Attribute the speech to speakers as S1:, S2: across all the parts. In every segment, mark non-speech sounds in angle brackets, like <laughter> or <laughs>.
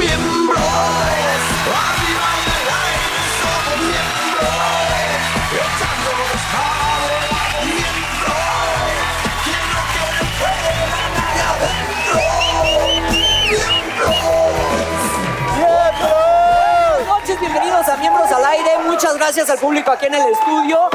S1: Miembros, arriba en el aire somos miembros, echando los cables a los miembros, que no quede fuera nadie adentro, miembros.
S2: Buenas noches, bienvenidos a Miembros al Aire. Muchas gracias al público aquí en el estudio.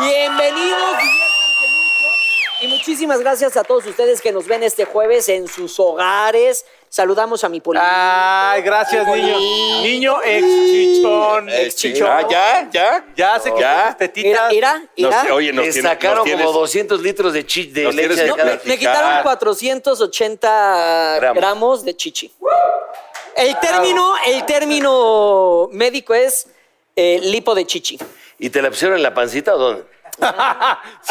S2: Bienvenidos, diviértanse mucho. Y muchísimas gracias a todos ustedes que nos ven este jueves en sus hogares. Saludamos a mi
S3: Ah,
S2: policía.
S4: Ay, gracias, niño. Niño ex chichón. Ex chichón.
S5: Ah, ya, ya.
S4: Ya sé que
S5: Ya.
S4: tienes
S2: Mira,
S4: petitas.
S2: mira,
S5: Nos-
S2: mira.
S5: oye, nos
S3: Le
S5: tiene-
S3: sacaron
S5: nos tienes-
S3: como 200 litros de chich de
S5: Nos
S3: leche
S5: tienes
S3: de
S2: No,
S5: que
S3: cada-
S2: me, me quitaron 480 gramos.
S3: Gramos.
S2: de chichi. El término, el término médico es eh, lipo de chichi.
S3: ¿Y te la pusieron en la pancita o dónde?
S5: No,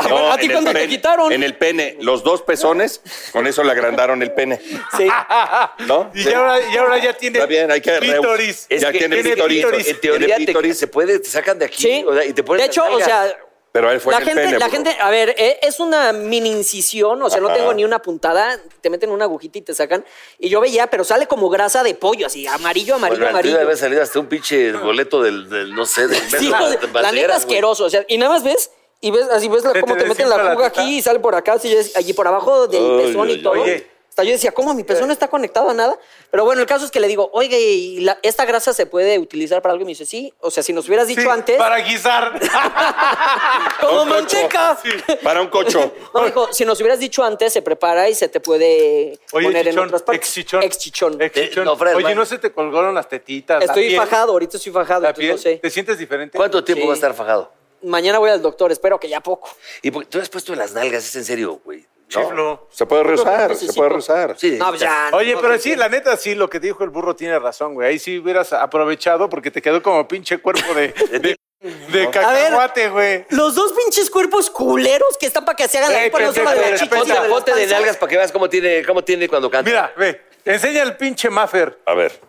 S2: bueno, <laughs> ¿a ti
S5: en el
S2: cuándo te
S5: pene,
S2: quitaron?
S5: En el pene, los dos pezones, con eso le agrandaron el pene.
S2: <laughs> Sí.
S3: <laughs>
S5: ¿No?
S4: Y ya ahora, y ahora ya tiene
S5: Está bien, hay que.
S4: clítoris.
S5: Es ya
S3: que
S5: tiene
S3: en
S5: clítoris.
S3: teoría- En teoría
S5: Tiene
S3: te,
S5: clítoris.
S3: se puede, te sacan de aquí
S2: Sí.
S3: o sea, y te ponen
S2: de
S3: las
S2: hecho, o
S3: nalgas.
S2: sea,
S5: Pero él fue
S2: la
S5: en el
S2: gente,
S5: pene,
S2: la
S5: bro.
S2: gente, a ver, eh, es una mini incisión, o sea, no
S5: Ajá.
S2: tengo ni una puntada, te meten una agujita y te sacan. Y yo veía, pero sale como grasa de pollo, así,
S5: Pues
S2: amarillo, amarillo,
S3: Bueno, a ti debe
S2: amarillo.
S3: haber salido hasta un pinche boleto del, del, no sé, del
S2: Sí, o sea, la neta asqueroso, o sea, y nada más ves y ves así ves la-
S4: Se
S2: cómo
S4: te
S2: te meten
S4: desinfla
S2: la
S4: la
S2: juga
S4: teta.
S2: aquí y sale por acá, así, es- allí por abajo del
S5: Ay,
S2: pezón y
S5: ay,
S2: todo.
S4: ay.
S2: Hasta yo decía,
S5: Eh.
S2: ¿cómo mi pezón no está conectado a nada? Pero bueno, el caso es que le digo, oiga, ¿y la- esta grasa se puede utilizar para algo? Y me dice, sí. O sea, si nos hubieras dicho
S4: Sí,
S2: antes, <laughs>
S4: Para guisar.
S2: como
S5: un cocho.
S2: manteca.
S5: Para un
S2: <laughs>
S5: cocho.
S2: No, dijo, si nos hubieras dicho antes, se prepara y se te puede
S4: Oye,
S2: poner en
S4: chichón.
S2: otras partes.
S4: Ex chichón.
S2: Ex chichón.
S4: Ex
S5: Eh,
S4: chichón.
S3: No, Fred,
S4: Oye,
S3: man.
S4: ¿no se te colgaron las tetitas? la
S2: Estoy
S4: piel?
S2: fajado, ahorita estoy fajado,
S4: ¿La
S2: entonces
S4: piel?
S2: no sé.
S4: ¿Te sientes diferente?
S3: ¿Cuánto tiempo
S2: Sí.
S3: va a estar fajado?
S2: Mañana voy al doctor, espero que ya poco.
S3: Y porque tú has puesto en las nalgas, es en serio, güey.
S4: Chiflo.
S5: Se puede rehusar, Ah, se
S2: necesito.
S5: puede rehusar.
S3: Sí.
S2: No, pues ya.
S4: Oye,
S2: no,
S4: pero
S2: que-
S4: sí, la neta, sí, lo que dijo el burro tiene razón, güey. Ahí sí hubieras aprovechado porque te quedó como pinche
S2: <laughs>
S4: cuerpo de, de, de cacahuate, güey.
S2: Los dos pinches cuerpos culeros que están para que se hagan la
S4: Ey,
S2: culpa no solo
S4: pendejo,
S2: de la
S4: espera,
S2: chichi,
S4: espera,
S2: sino de
S3: Ponte,
S2: las
S3: ponte de
S2: panzas.
S3: nalgas para que veas cómo tiene, cómo tiene cuando canta.
S4: Mira, ve, enseña el pinche maffer.
S5: A ver.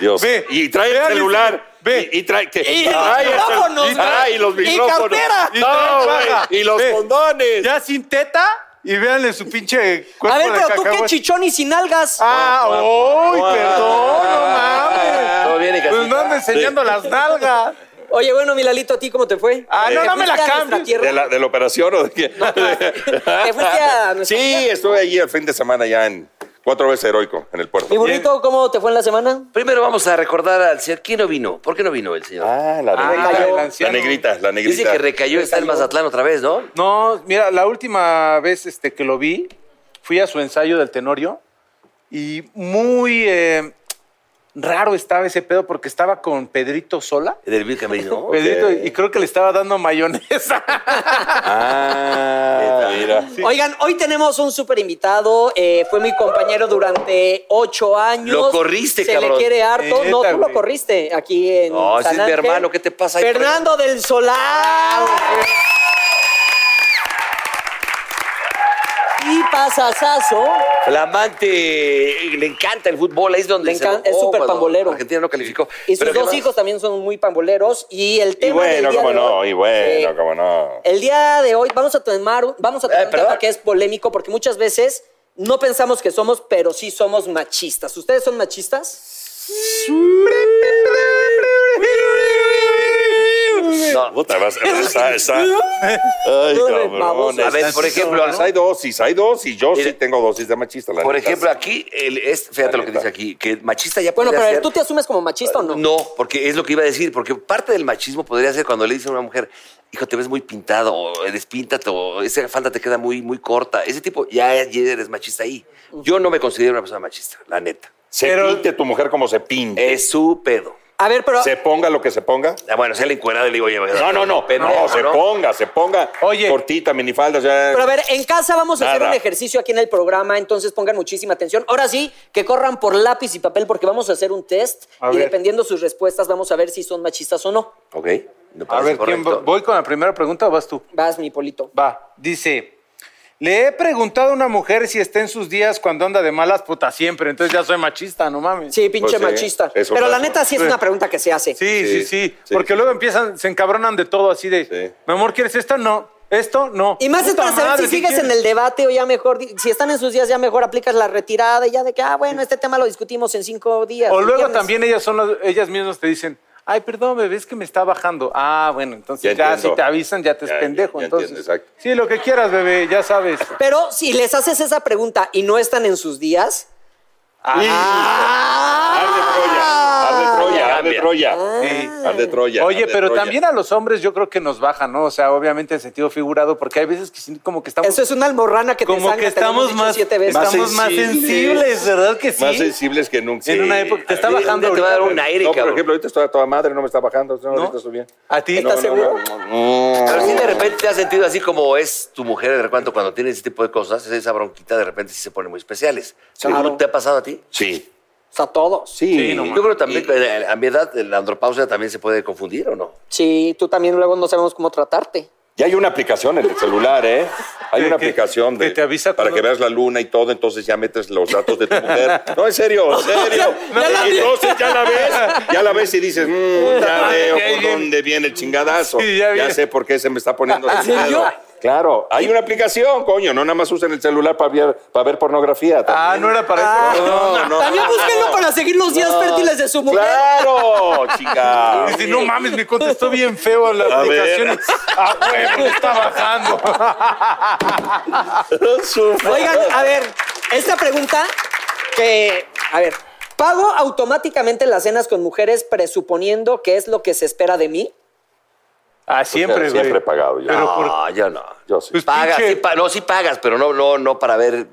S5: Dios.
S4: Ve,
S5: y trae
S4: ve
S5: el
S4: al
S5: celular.
S4: ve.
S5: Y, y trae que.
S2: Y
S5: trae el cel-
S2: micrófonos,
S5: Y trae y los
S2: güey. Y
S5: micrófonos.
S2: cartera.
S4: Y
S5: No,
S4: trae
S5: güey,
S4: faja.
S5: Y los
S4: Ve.
S5: condones.
S4: Ya sin teta y véanle su pinche cuerpo
S2: A ver,
S4: de
S2: pero tú qué
S4: cacahuate.
S2: chichón y sin algas.
S4: Ah, uy, perdón, no mames.
S3: Ah, Todo bien,
S5: Ah,
S3: hijacita.
S4: Pues no ando enseñando las nalgas.
S2: Oye, bueno, mi Lalito, ¿a ti cómo te fue?
S4: Ah, no,
S2: ¿Te
S4: no me la
S2: fuiste a nuestra
S4: cambies.
S2: tierra?
S5: ¿De la, de la operación o de <laughs> qué?
S2: ¿Te fuiste
S4: <laughs>
S2: a nuestra
S5: Ah, Sí,
S2: tierra?
S5: estuve allí el fin de semana ya en cuatro veces heroico en el puerto.
S2: Mi burrito, ¿cómo te fue en la semana?
S3: Primero vamos a recordar al señor. ¿Quién no vino? ¿Por qué no vino el señor?
S5: Ah, la
S4: Ah,
S5: negrita.
S2: el
S5: la
S4: anciano.
S5: negrita, la negrita.
S3: Dice que recayó, está en Mazatlán otra vez, ¿no?
S4: No, mira, la última vez este, que lo vi, fui a su ensayo del Tenorio y muy eh, raro estaba ese pedo porque estaba con Pedrito Sola.
S3: Del Vir
S2: <laughs>
S3: Camerino.
S4: Pedrito, y creo que le estaba dando mayonesa.
S5: Ah, mira.
S2: Oigan, hoy tenemos un súper invitado. eh, fue mi compañero durante ocho años.
S3: Lo corriste,
S2: Se
S3: cabrón.
S2: le quiere harto.
S4: Neta,
S2: no, tú lo
S4: güey.
S2: corriste aquí en.
S3: No, ese
S2: San
S3: es mi
S2: Ángel.
S3: hermano, ¿qué te pasa ahí?
S2: Fernando del Solar.
S5: Ah,
S2: Y pasasazo.
S3: Flamante, le encanta el fútbol, ahí es donde
S2: Le
S3: se
S2: encanta, es
S3: enojó
S2: súper
S3: cuando
S2: pambolero.
S3: Argentina no calificó.
S2: Y sus
S3: Pero ¿qué
S2: dos
S3: más?
S2: hijos también son muy pamboleros. Y el
S5: Y
S2: tema.
S5: bueno,
S2: del día
S5: cómo
S2: de
S5: no,
S2: hoy-
S5: y bueno,
S2: Sí.
S5: cómo no.
S2: El día de hoy vamos a tomar, un- vamos a tomar
S3: Eh,
S2: un
S3: perdón.
S2: tema que es polémico porque muchas veces no pensamos que somos, pero sí somos machistas. ¿Ustedes son machistas?
S3: <laughs>
S5: Puta, vas- está, está, Ay,
S2: Tú eres
S5: cabrón.
S2: baboso.
S5: A ver,
S3: por ejemplo,
S5: pues hay dosis, hay dosis. Yo sí tengo dosis de machista. la
S3: Por
S5: neta.
S3: ejemplo, aquí, el- es, fíjate lo que dice aquí, que el machista ya
S2: Bueno,
S3: puede
S2: pero a ver,
S3: hacer-
S2: ¿tú te asumes como machista o no?
S3: No, porque es lo que iba a decir, porque parte del machismo podría ser cuando le dicen a una mujer, hijo, te ves muy pintado, o despíntate, o esa falda te queda muy, muy corta. Ese tipo, ya, ya eres machista ahí. Yo no me considero una persona machista, la neta.
S5: Se
S4: Pero-
S5: pinte tu mujer como se pinte.
S3: Es su pedo.
S2: A ver, pero.
S5: Se ponga lo que se ponga.
S3: Ah, Bueno, se le encuerado y le digo, oye,
S5: No, no, no.
S3: pendejo,
S5: no, se ponga, se ponga.
S4: Oye.
S5: Cortita, minifalda. Ya.
S2: Pero a ver, en casa vamos a hacer
S5: Nada.
S2: un ejercicio aquí en el programa, entonces pongan muchísima atención. Ahora sí, que corran por lápiz y papel porque vamos a hacer un test
S4: A
S2: y
S4: ver.
S2: dependiendo sus respuestas vamos a ver si son machistas o no.
S3: Ok, me
S4: A
S3: parece
S4: ver, ¿quién va-
S3: correcto.
S4: ¿voy con la primera pregunta o vas tú?
S2: Vas, mi polito.
S4: Va, dice. Le he preguntado a una mujer si está en sus días cuando anda de malas putas siempre, entonces ya soy machista, no mames.
S2: Sí, pinche
S5: sí,
S2: machista.
S5: eso
S2: Pero la
S5: pasa.
S2: neta sí es una pregunta que se hace.
S4: Sí, sí, sí,
S5: Sí, sí.
S4: Porque luego empiezan, se encabronan de todo así de,
S5: Sí.
S4: mi amor, ¿quieres esto? No. ¿Esto? No.
S2: Y más es
S4: Puta
S2: para saber
S4: madre,
S2: si
S4: ¿qué
S2: sigues
S4: quieres?
S2: en el debate o ya mejor, di- si están en sus días ya mejor aplicas la retirada y ya de que, ah, bueno, este tema lo discutimos en cinco días.
S4: O
S2: el
S4: luego
S2: viernes.
S4: también ellas, son las- ellas mismas te dicen, ay, perdón, bebé, es que me está bajando. Ah, bueno, entonces
S5: Ya
S4: ya,
S5: entiendo.
S4: si te avisan ya te es
S5: Ya, ya,
S4: pendejo.
S5: ya
S4: entonces,
S5: entiendo, exacto.
S4: sí, lo que quieras, bebé, ya
S5: <laughs>
S4: sabes.
S2: Pero si les haces esa pregunta y no están en sus días,
S4: Ah,
S2: Ah.
S5: Arde Troya. Arde Troya. Arde
S3: Cambia.
S5: Troya.
S4: Sí.
S5: Arde Troya.
S4: Ah. Oye,
S5: arde
S4: pero
S5: Troya.
S4: también a los hombres yo creo que nos baja, ¿no? O sea, obviamente en sentido figurado, porque hay veces que sí, como que estamos...
S2: eso es una almorrana que te
S4: como
S2: sangra,
S4: que
S2: te lo hemos
S4: estamos
S2: dicho
S4: más,
S2: siete veces.
S4: estamos
S5: Más
S4: más sensibles,
S5: sensibles,
S4: ¿verdad que sí?
S5: Más sensibles que nunca.
S4: En una época- te está
S5: A mí-
S4: bajando
S3: Un día te va a dar un aire,
S5: No, por
S3: cabrón.
S5: ejemplo, ahorita estoy a toda madre, no me está bajando. No, ahorita estoy bien.
S4: ¿A ti?
S2: ¿Estás
S4: No, no,
S2: seguro?
S3: Pero si de repente te has sentido así como es tu mujer, de repente cuando tiene ese tipo de cosas, esa bronquita de repente sí se pone muy especiales.
S2: Claro.
S3: ¿Te ha pasado a ti?
S5: Sí.
S2: O sea, todos. Sí.
S4: Sí, no,
S3: Yo creo también que eh, a mi edad la andropausia también se puede confundir o no.
S2: tú también luego no sabemos cómo tratarte.
S5: Ya hay una aplicación en el celular, ¿eh? Hay
S4: Que-
S5: una
S4: que-
S5: aplicación de,
S4: que te avisa
S5: para
S4: cuando-
S5: que veas la luna y todo, entonces ya metes los datos de tu mujer. No, en serio, en serio.
S2: Ya- ya la vi.
S5: y entonces ya la ves, ya la ves y dices, "Mm, ya veo
S4: que ahí
S5: por
S4: viene.
S5: dónde viene el chingadazo.
S4: Sí, ya
S5: ya,
S4: viene.
S5: sé por qué se me está poniendo
S2: ¿En
S5: así.
S2: serio?
S5: Claro, hay una aplicación, coño, no nada más usan el celular para ver, para ver pornografía.
S4: Ah,
S5: también.
S4: no era para eso.
S5: no, no.
S2: También búsquenlo para seguir los días fértiles de su mujer.
S5: Claro,
S3: <laughs>
S5: chica.
S4: Dice, Ah, no mames, me contestó bien feo la
S5: A ver.
S4: aplicación. A
S5: Ah,
S4: huevo, está bajando.
S2: Oigan, a ver, esta pregunta que, a ver, ¿pago automáticamente las cenas con mujeres presuponiendo que es lo que se espera de mí?
S4: Ah, siempre, güey.
S5: Siempre pagado. Yo.
S4: Pero
S3: no,
S4: por-
S3: yo no.
S5: Yo sí.
S4: Pues
S3: Pagas,
S4: pinche-
S3: sí pa- no, sí pagas, pero no, no, no para ver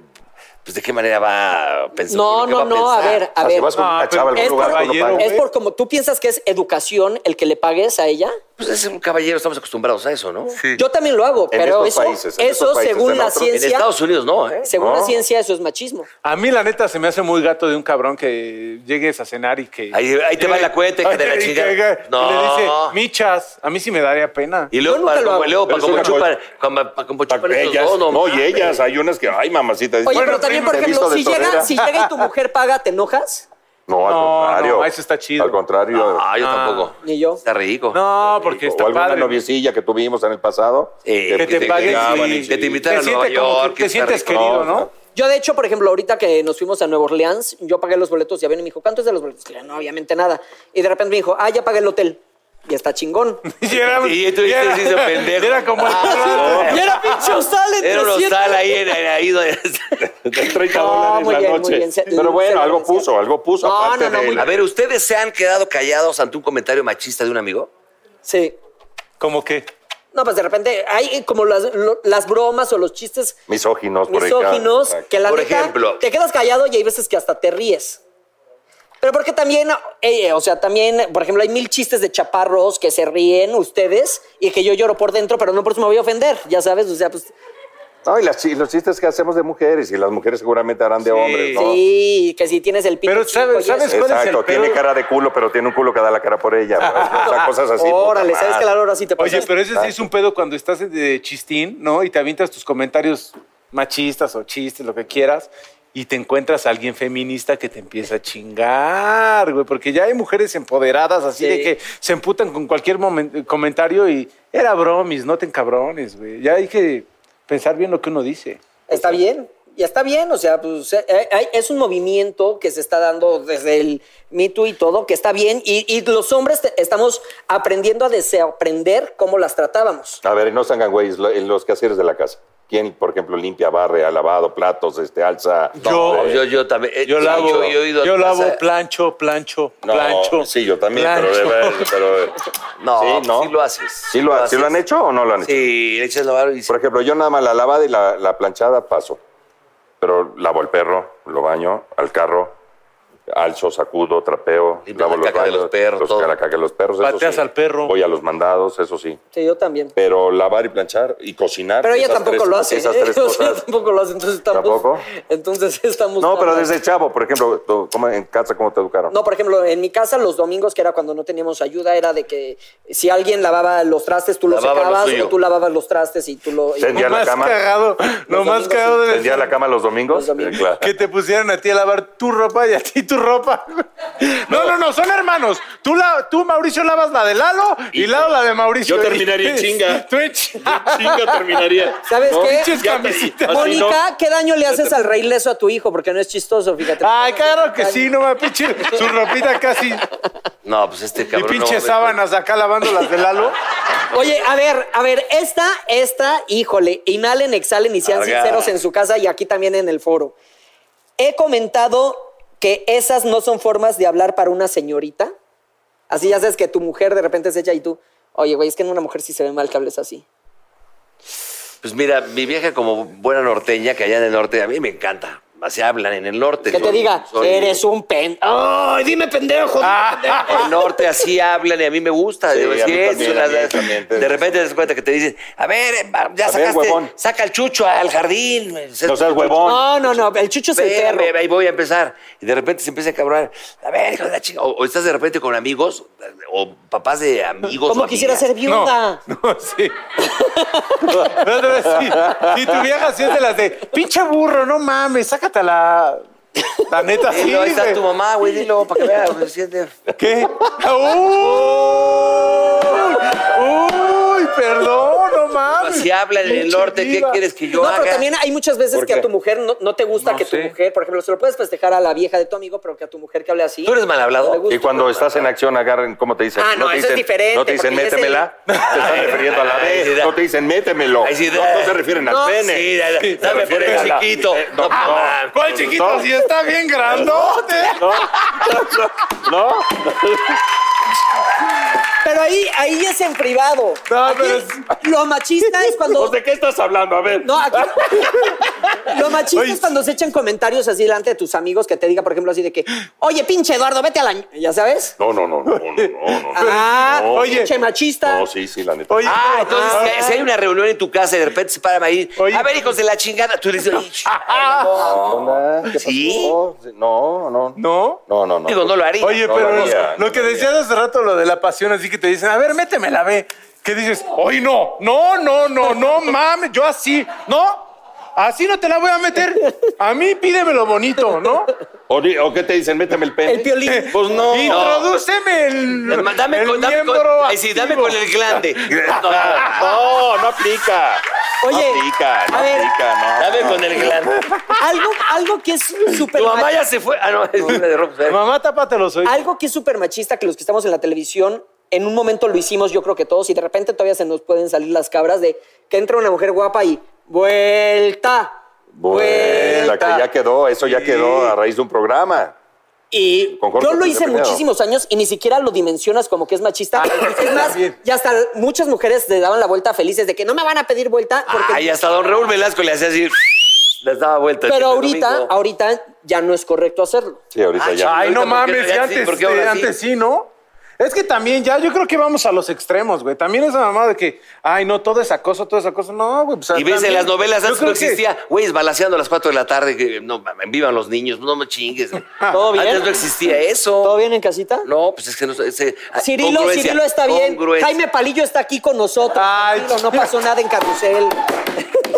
S3: pues, de qué manera va a pensar.
S2: No,
S3: qué va
S2: no, no, a
S3: pensar.
S2: ver,
S5: O
S2: a
S5: sea, si
S2: ver.
S5: vas con
S4: Ah,
S5: una chava a algún
S2: es
S5: lugar,
S4: por-
S5: tú no
S4: caballero,
S5: pagas.
S2: Es por como tú piensas que es educación el que le pagues a ella.
S3: Pues es un caballero, estamos acostumbrados a eso, ¿no?
S2: Yo también lo hago,
S5: En
S2: pero
S5: estos
S2: eso,
S5: países, en
S2: eso
S5: estos países,
S2: según
S5: en
S2: la
S5: otros- en
S3: En
S2: ciencia,
S3: Estados Unidos no, ¿eh?
S2: según la
S5: No.
S2: ciencia eso es machismo.
S4: A mí, la neta, se me hace muy gato de un cabrón que llegues a cenar y que.
S3: Ahí- ahí te va la cuenta, hija
S4: Ay,
S3: de
S4: <laughs>
S3: la
S4: y que-
S3: chingada.
S4: y
S3: No.
S4: Le dice, michas. A mí sí me daría pena.
S3: Y
S2: Yo
S3: luego,
S2: nunca
S3: para
S2: lo
S3: como,
S2: hago.
S3: luego, para
S5: Pero es
S3: como
S5: una
S3: chupan, como- para como chupan estos
S5: Ellas,
S3: dos, no,
S5: no, y
S3: mames.
S5: ellas, hay unas que, ay, mamacita. dices,
S2: Oye,
S5: bueno,
S2: pero también,
S5: sí,
S2: por
S5: te visto
S2: ejemplo,
S5: de
S2: si llega,
S5: torera.
S2: si llega y tu mujer paga, ¿te enojas?
S5: No, al
S4: No,
S5: contrario.
S4: no, eso está chido.
S5: Al contrario.
S3: No, yo
S4: Ah.
S3: tampoco.
S2: Ni yo.
S3: Está rico.
S4: No, porque
S5: o
S4: está
S5: alguna
S4: padre.
S5: noviecilla que tuvimos en el pasado.
S3: Eh, que
S4: te paguen,
S5: llegaban
S4: sí,
S5: y-
S3: que te
S4: Te,
S3: invitaran a Nueva
S4: siente como que
S3: York.
S4: te
S3: está
S4: sientes
S3: rico.
S4: querido, ¿no?
S2: Yo, de hecho, por ejemplo, ahorita que nos fuimos a Nueva Orleans, yo pagué los boletos y a y me dijo, ¿cuánto es de los boletos? Le dije, no, obviamente nada. Y de repente me dijo, ah, ya pagué el hotel. Y está
S3: <laughs>
S2: chingón.
S4: Y era,
S3: Y tú dices, "Sí, ese
S4: <laughs>
S3: pendejo".
S4: era como el <laughs>
S3: Ah,
S2: y era pinche hostal en
S3: Era un
S2: 300.
S3: hostal ahí, en- ahí donde...
S5: De 30
S2: No,
S5: dólares
S2: Ah, muy
S5: la
S2: bien, muy
S5: noche.
S2: bien, se-
S5: Pero bueno,
S2: se
S5: algo
S2: merecía.
S5: puso, algo puso.
S2: No,
S5: aparte
S2: no, no,
S5: de
S2: muy
S3: A ver, ¿ustedes se han quedado callados ante un comentario machista de un amigo?
S2: Sí.
S4: Como que.
S2: No, pues de repente hay como las, lo- las bromas o los chistes
S5: misóginos, por ahí, claro.
S2: misóginos
S5: Exacto.
S2: que la
S3: Por
S2: neta,
S3: ejemplo.
S2: te quedas callado y hay veces que hasta te ríes. Pero porque también, eh, o sea, también, por ejemplo, hay mil chistes de chaparros que se ríen ustedes y que yo lloro por dentro, pero no por eso me voy a ofender, ya sabes, o sea, pues
S5: No, y las chi- los chistes que hacemos de mujeres, y las mujeres seguramente harán de
S4: Sí.
S5: hombres, ¿no?
S2: sí, que si tienes el pito
S4: Pero
S2: chico
S4: sabes-
S2: y eso.
S4: sabes cuál es el
S5: Exacto, tiene
S4: pedo?
S5: cara de culo, pero tiene un culo que da la cara por ella. ¿no? O
S2: <laughs>
S5: sea, cosas así.
S2: Órale,
S5: puta
S2: sabes que
S5: madre.
S2: la hora sí te pasa.
S4: Oye, pero ese sí es un pedo cuando estás de chistín, ¿no? Y te avientas tus comentarios machistas o chistes, lo que quieras, y te encuentras a alguien feminista que te empieza a chingar, güey, porque ya hay mujeres empoderadas así
S2: Sí.
S4: de que se emputan con cualquier momen- comentario y era bromis, no te encabrones, güey. Ya hay que pensar bien lo que uno dice.
S2: Está bien. Y está bien, o sea, pues, eh, eh, es un movimiento que se está dando desde el Me Too y todo, que está bien. Y, y los hombres te- estamos aprendiendo a desaprender cómo las tratábamos.
S5: A ver, no se hagan güeyes, lo- en los quehaceres de la casa. ¿Quién, por ejemplo, limpia, barre, ha lavado platos, este, alza?
S4: Yo-
S3: No, yo, yo también. eh,
S4: Yo
S3: sí,
S4: lavo, yo,
S3: he ido a tu
S4: lavo,
S3: casa.
S4: plancho, plancho,
S5: No,
S4: plancho.
S5: Sí, yo también, pero,
S4: plancho.
S5: pero- eh,
S3: No,
S5: Sí,
S3: pues
S5: no.
S3: sí lo haces.
S5: ¿Sí lo, ha- sí lo han
S3: haces.
S5: hecho o no lo han hecho?
S3: Sí, le echas la mano y dices,
S5: Por ejemplo, yo nada más la lavada y la, la planchada paso. Pero lavo el perro, lo baño, al carro, alzo, sacudo, trapeo,
S3: Limpia
S5: lavo
S3: la caca de los perros,
S5: los,
S3: todo.
S5: la caca de los perros, eso
S4: Pateas
S5: sí.
S4: al perro.
S5: Voy a los mandados, eso sí.
S2: Sí, yo también.
S5: Pero lavar y planchar y cocinar.
S2: Pero ella
S5: esas
S2: tampoco
S5: tres-
S2: lo hace.
S5: Esas
S2: ¿eh? <laughs>
S5: tres
S2: O sea,
S5: cosas.
S2: tampoco lo hace. Entonces estamos.
S5: ¿Tampoco?
S2: Entonces estamos.
S5: No, pero
S2: tan-
S5: desde chavo, por ejemplo, tú, ¿cómo- en casa, ¿cómo te educaron?
S2: No, por ejemplo, en mi casa los domingos, que era cuando no teníamos ayuda, era de que si alguien lavaba los trastes, tú los
S3: Lavaba lo
S2: secabas,
S3: suyo.
S2: o tú lavabas los trastes y tú lo. y-
S5: Tendía
S4: Lo
S5: la
S4: más
S5: cama.
S4: cagado, lo
S2: Los
S4: más
S2: domingos
S4: cagado de
S5: ¿Tendía la cama los domingos?
S2: Los domingos.
S5: Sí, claro.
S4: que te pusieran a ti a lavar tu ropa y a ti tu ropa. No, no, no, son hermanos. Tú, la, tú Mauricio, lavas la de Lalo y Lalo la de Mauricio.
S6: Yo terminaría
S4: <laughs>
S6: en chinga.
S4: Tú en chinga.
S6: Chinga terminaría.
S2: ¿Sabes
S6: No,
S2: qué?
S4: Pinches camisitas.
S6: Así no.
S2: Mónica, ¿qué daño le haces al rey leso a tu hijo? Porque no es chistoso, fíjate.
S4: Ay, claro que sí, no me pinche.
S6: <laughs>
S4: Su ropita casi.
S3: no, pues este
S4: Y
S3: cabrón. no,
S4: pinches
S3: me-
S4: sábanas acá lavando las de Lalo.
S2: Oye, a ver, a ver, esta, esta, híjole, inhalen, exhalen y sean
S3: Arga.
S2: sinceros en su casa y aquí también en el foro. He comentado que esas no son formas de hablar para una señorita. Así ya sabes que tu mujer de repente se echa y tú, oye, güey, es que en una mujer sí se ve mal que hables así.
S3: Pues mira, mi vieja como buena norteña, que allá en el norte, a mí me encanta. Así hablan en el norte.
S2: Que te
S3: Soy-
S2: diga,
S3: soy-
S2: eres un pen. Oh,
S6: Ay, dime pendejo.
S3: El norte así hablan y a mí me gusta.
S5: Sí,
S3: Digo,
S5: a
S3: sí,
S5: mí
S3: es
S5: también,
S3: una-
S5: a mí también. pues.
S3: de repente te das cuenta que te dicen, a ver, eh, ya
S5: A ver,
S3: sacaste,
S5: huevón.
S3: saca el chucho al jardín. pues, este,
S5: No seas huevón.
S2: No, no, no, el chucho es el
S3: Espérame,
S2: perro.
S3: ahí voy a empezar. Y de repente se empieza a cabrar. A ver, hijo de la chinga. O, o estás de repente con amigos, o papás de amigos.
S2: Como
S3: o
S2: quisiera
S3: amigas.
S2: ser viuda.
S4: No, sí. No, no, sí. Y tu vieja sí es de las de, pinche burro, no mames, sácate la. La neta, sí.
S3: Dilo, ahí está
S4: güey.
S3: tu mamá, güey, dilo, para que vea. pues, siente.
S4: ¿Qué? ¡Uy! ¡Uy! Perdón, no mames.
S3: Así hablan en el
S4: Pinche
S3: norte, ¿qué
S4: diva.
S3: quieres que yo
S2: No,
S3: haga?
S2: pero también hay muchas veces
S5: ¿Por
S2: que a
S5: qué?
S2: tu mujer no, no te gusta que tu mujer, por ejemplo, se lo puedes festejar a la vieja de tu amigo, pero que a tu mujer que hable así.
S3: Tú eres mal hablado.
S2: le gusta.
S5: Y cuando estás en acción, agarren, ¿cómo te dicen?
S2: Ah, no,
S5: te
S2: eso es
S5: dicen-
S2: diferente,
S5: No te dicen,
S2: porque ese-
S5: métemela. Te están refiriendo a la
S3: Ay, sí,
S5: vez.
S3: da-
S5: No te dicen, métemelo.
S3: Ay, sí,
S5: no,
S3: da-
S5: no se refieren al
S2: No,
S5: pene.
S3: Sí, da- da- eh, dame por el
S5: refieren a la-
S3: chiquito.
S5: eh,
S3: No,
S5: no,
S3: no,
S5: no.
S3: mames.
S4: ¿Cuál chiquito? Si está bien grandote.
S5: ¿No?
S2: Pero ahí, ahí es en privado.
S4: No,
S2: Aquí
S4: pero es-
S2: Lo machista es
S5: <laughs>
S2: cuando.
S5: Pues, ¿De qué estás hablando? A ver.
S2: No, aquí- Lo machista
S4: Oye.
S2: es cuando se echan comentarios así delante de tus amigos que te diga, por ejemplo, así de que, oye, pinche Eduardo, vete a la. ñ-". ¿Ya sabes?
S5: No, no, no, no, no, no, no.
S2: Ah,
S5: no,
S4: oye.
S2: pinche machista.
S5: No, sí, sí, la neta.
S4: Oye,
S3: Ah, entonces
S4: ah,
S3: si- si hay una reunión en tu casa y de repente se paran ahí.
S4: Oye.
S3: A ver, hijos de la chingada. Tú le dices, "Ay, ch-
S5: Hola, ¿qué
S3: ¿Sí?
S5: pasó? No, no.
S4: ¿No?
S5: No, no, no.
S3: digo, no lo haría.
S4: Oye,
S5: No,
S4: pero
S5: no,
S4: los-
S5: ya,
S4: lo
S5: no,
S4: que
S5: ya.
S4: decías hace rato, lo de la pasión, así que te dicen, a ver, méteme la B. ¿Qué dices? Oye, no, no, no, no, no mames, yo así, no, así no te la voy a meter. A mí pídemelo bonito, ¿no?
S5: O, di- o qué te dicen, méteme el pene.
S2: El piolín.
S5: <laughs> Pues no.
S4: Introdúceme el,
S3: Dame
S4: el
S3: con, dame con,
S4: miembro
S3: ay, sí, dame
S4: activo.
S3: con el glande.
S5: No, no aplica.
S2: Oye,
S5: No aplica, no
S2: a ver.
S5: aplica, no.
S3: Dame con el glande.
S2: Algo, algo que es súper.
S3: Tu mamá
S2: machi-
S3: ya se fue. Ah, no, es una de rock.
S4: Mamá, tápate los oídos.
S2: Algo que es súper machista, que los que estamos en la televisión, en un momento lo hicimos, yo creo que todos, y de repente todavía se nos pueden salir las cabras de que entra una mujer guapa y vuelta,
S5: Vuelta, que ya
S2: vuelta.
S5: quedó, eso ya
S4: Sí.
S5: quedó a raíz de un programa.
S2: Y
S5: Con Jorge
S2: yo lo
S5: Ortiz
S2: hice
S5: de Pinedo. Ah,
S2: muchísimos años y ni siquiera lo dimensionas como que es machista. es más,
S4: bien.
S2: ya hasta muchas mujeres le daban la vuelta felices de que no me van a pedir vuelta porque...
S5: Ah,
S3: Ay, hasta don Raúl Velasco le hacía así. Les daba vuelta.
S2: pero
S3: Este
S2: ahorita,
S3: domingo.
S2: ahorita ya no es correcto hacerlo.
S5: Sí, ahorita
S3: Ah,
S5: ya.
S4: Ay,
S3: Ahorita,
S4: no
S3: ¿por qué?
S4: mames, y
S3: Ya sí,
S4: antes,
S3: ¿por qué ahora
S4: eh,
S3: sí?
S4: antes sí, ¿no? Es que también ya, yo creo que vamos a los extremos, güey. También esa mamada de que, ay, no, todo es acoso, todo es acoso. No, güey. pues,
S3: Y ves
S4: también-
S3: en las novelas,
S4: yo
S3: antes
S4: creo
S3: no
S4: que-
S3: existía, güey, esbalaseando a las 4 de la tarde, que no, mames, vivan los niños, no me chingues.
S2: <laughs> ¿Todo bien?
S3: Antes no existía eso.
S2: ¿Todo bien en casita?
S3: No, pues es que no ese-
S5: Ah,
S2: Cirilo,
S3: congruencia,
S2: Cirilo está bien.
S3: congruencia.
S2: Jaime Palillo está aquí con nosotros.
S4: Ay,
S2: Tranquilo, no pasó nada en carrusel.
S4: <laughs>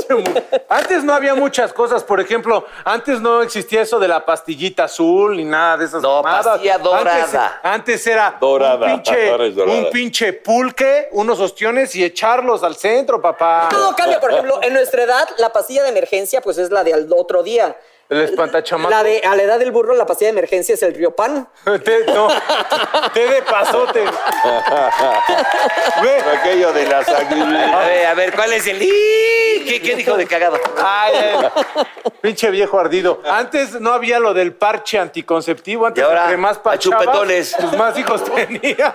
S4: Antes no había muchas cosas, por ejemplo, antes no existía eso de la pastillita azul ni nada de esas
S3: No,
S4: mamadas.
S3: pastilla
S4: Antes-
S3: dorada.
S4: Antes, era
S5: Dorada,
S4: un, pinche,
S5: ahora es dorada.
S4: un pinche pulque, unos ostiones y echarlos al centro,
S5: Ah.
S4: papá.
S2: Todo cambia, por ejemplo, en nuestra edad, la pastilla de emergencia, pues es la de al otro día.
S4: El espantachamaco.
S2: La de, a la edad del burro, la pastilla de emergencia es el riopan.
S4: Té, no, té de pasote. Ve.
S5: Aquello de las
S3: A
S5: aguilas.
S3: ver, a ver, ¿cuál es el...? ¡Ih! ¿Qué, qué dijo de cagado?
S4: Ay, ay, pinche viejo ardido. Antes no había lo del parche anticonceptivo. Antes,
S3: Y ahora,
S4: entre más
S3: a
S4: parchabas,
S3: chupetones.
S4: Pues más hijos tenías.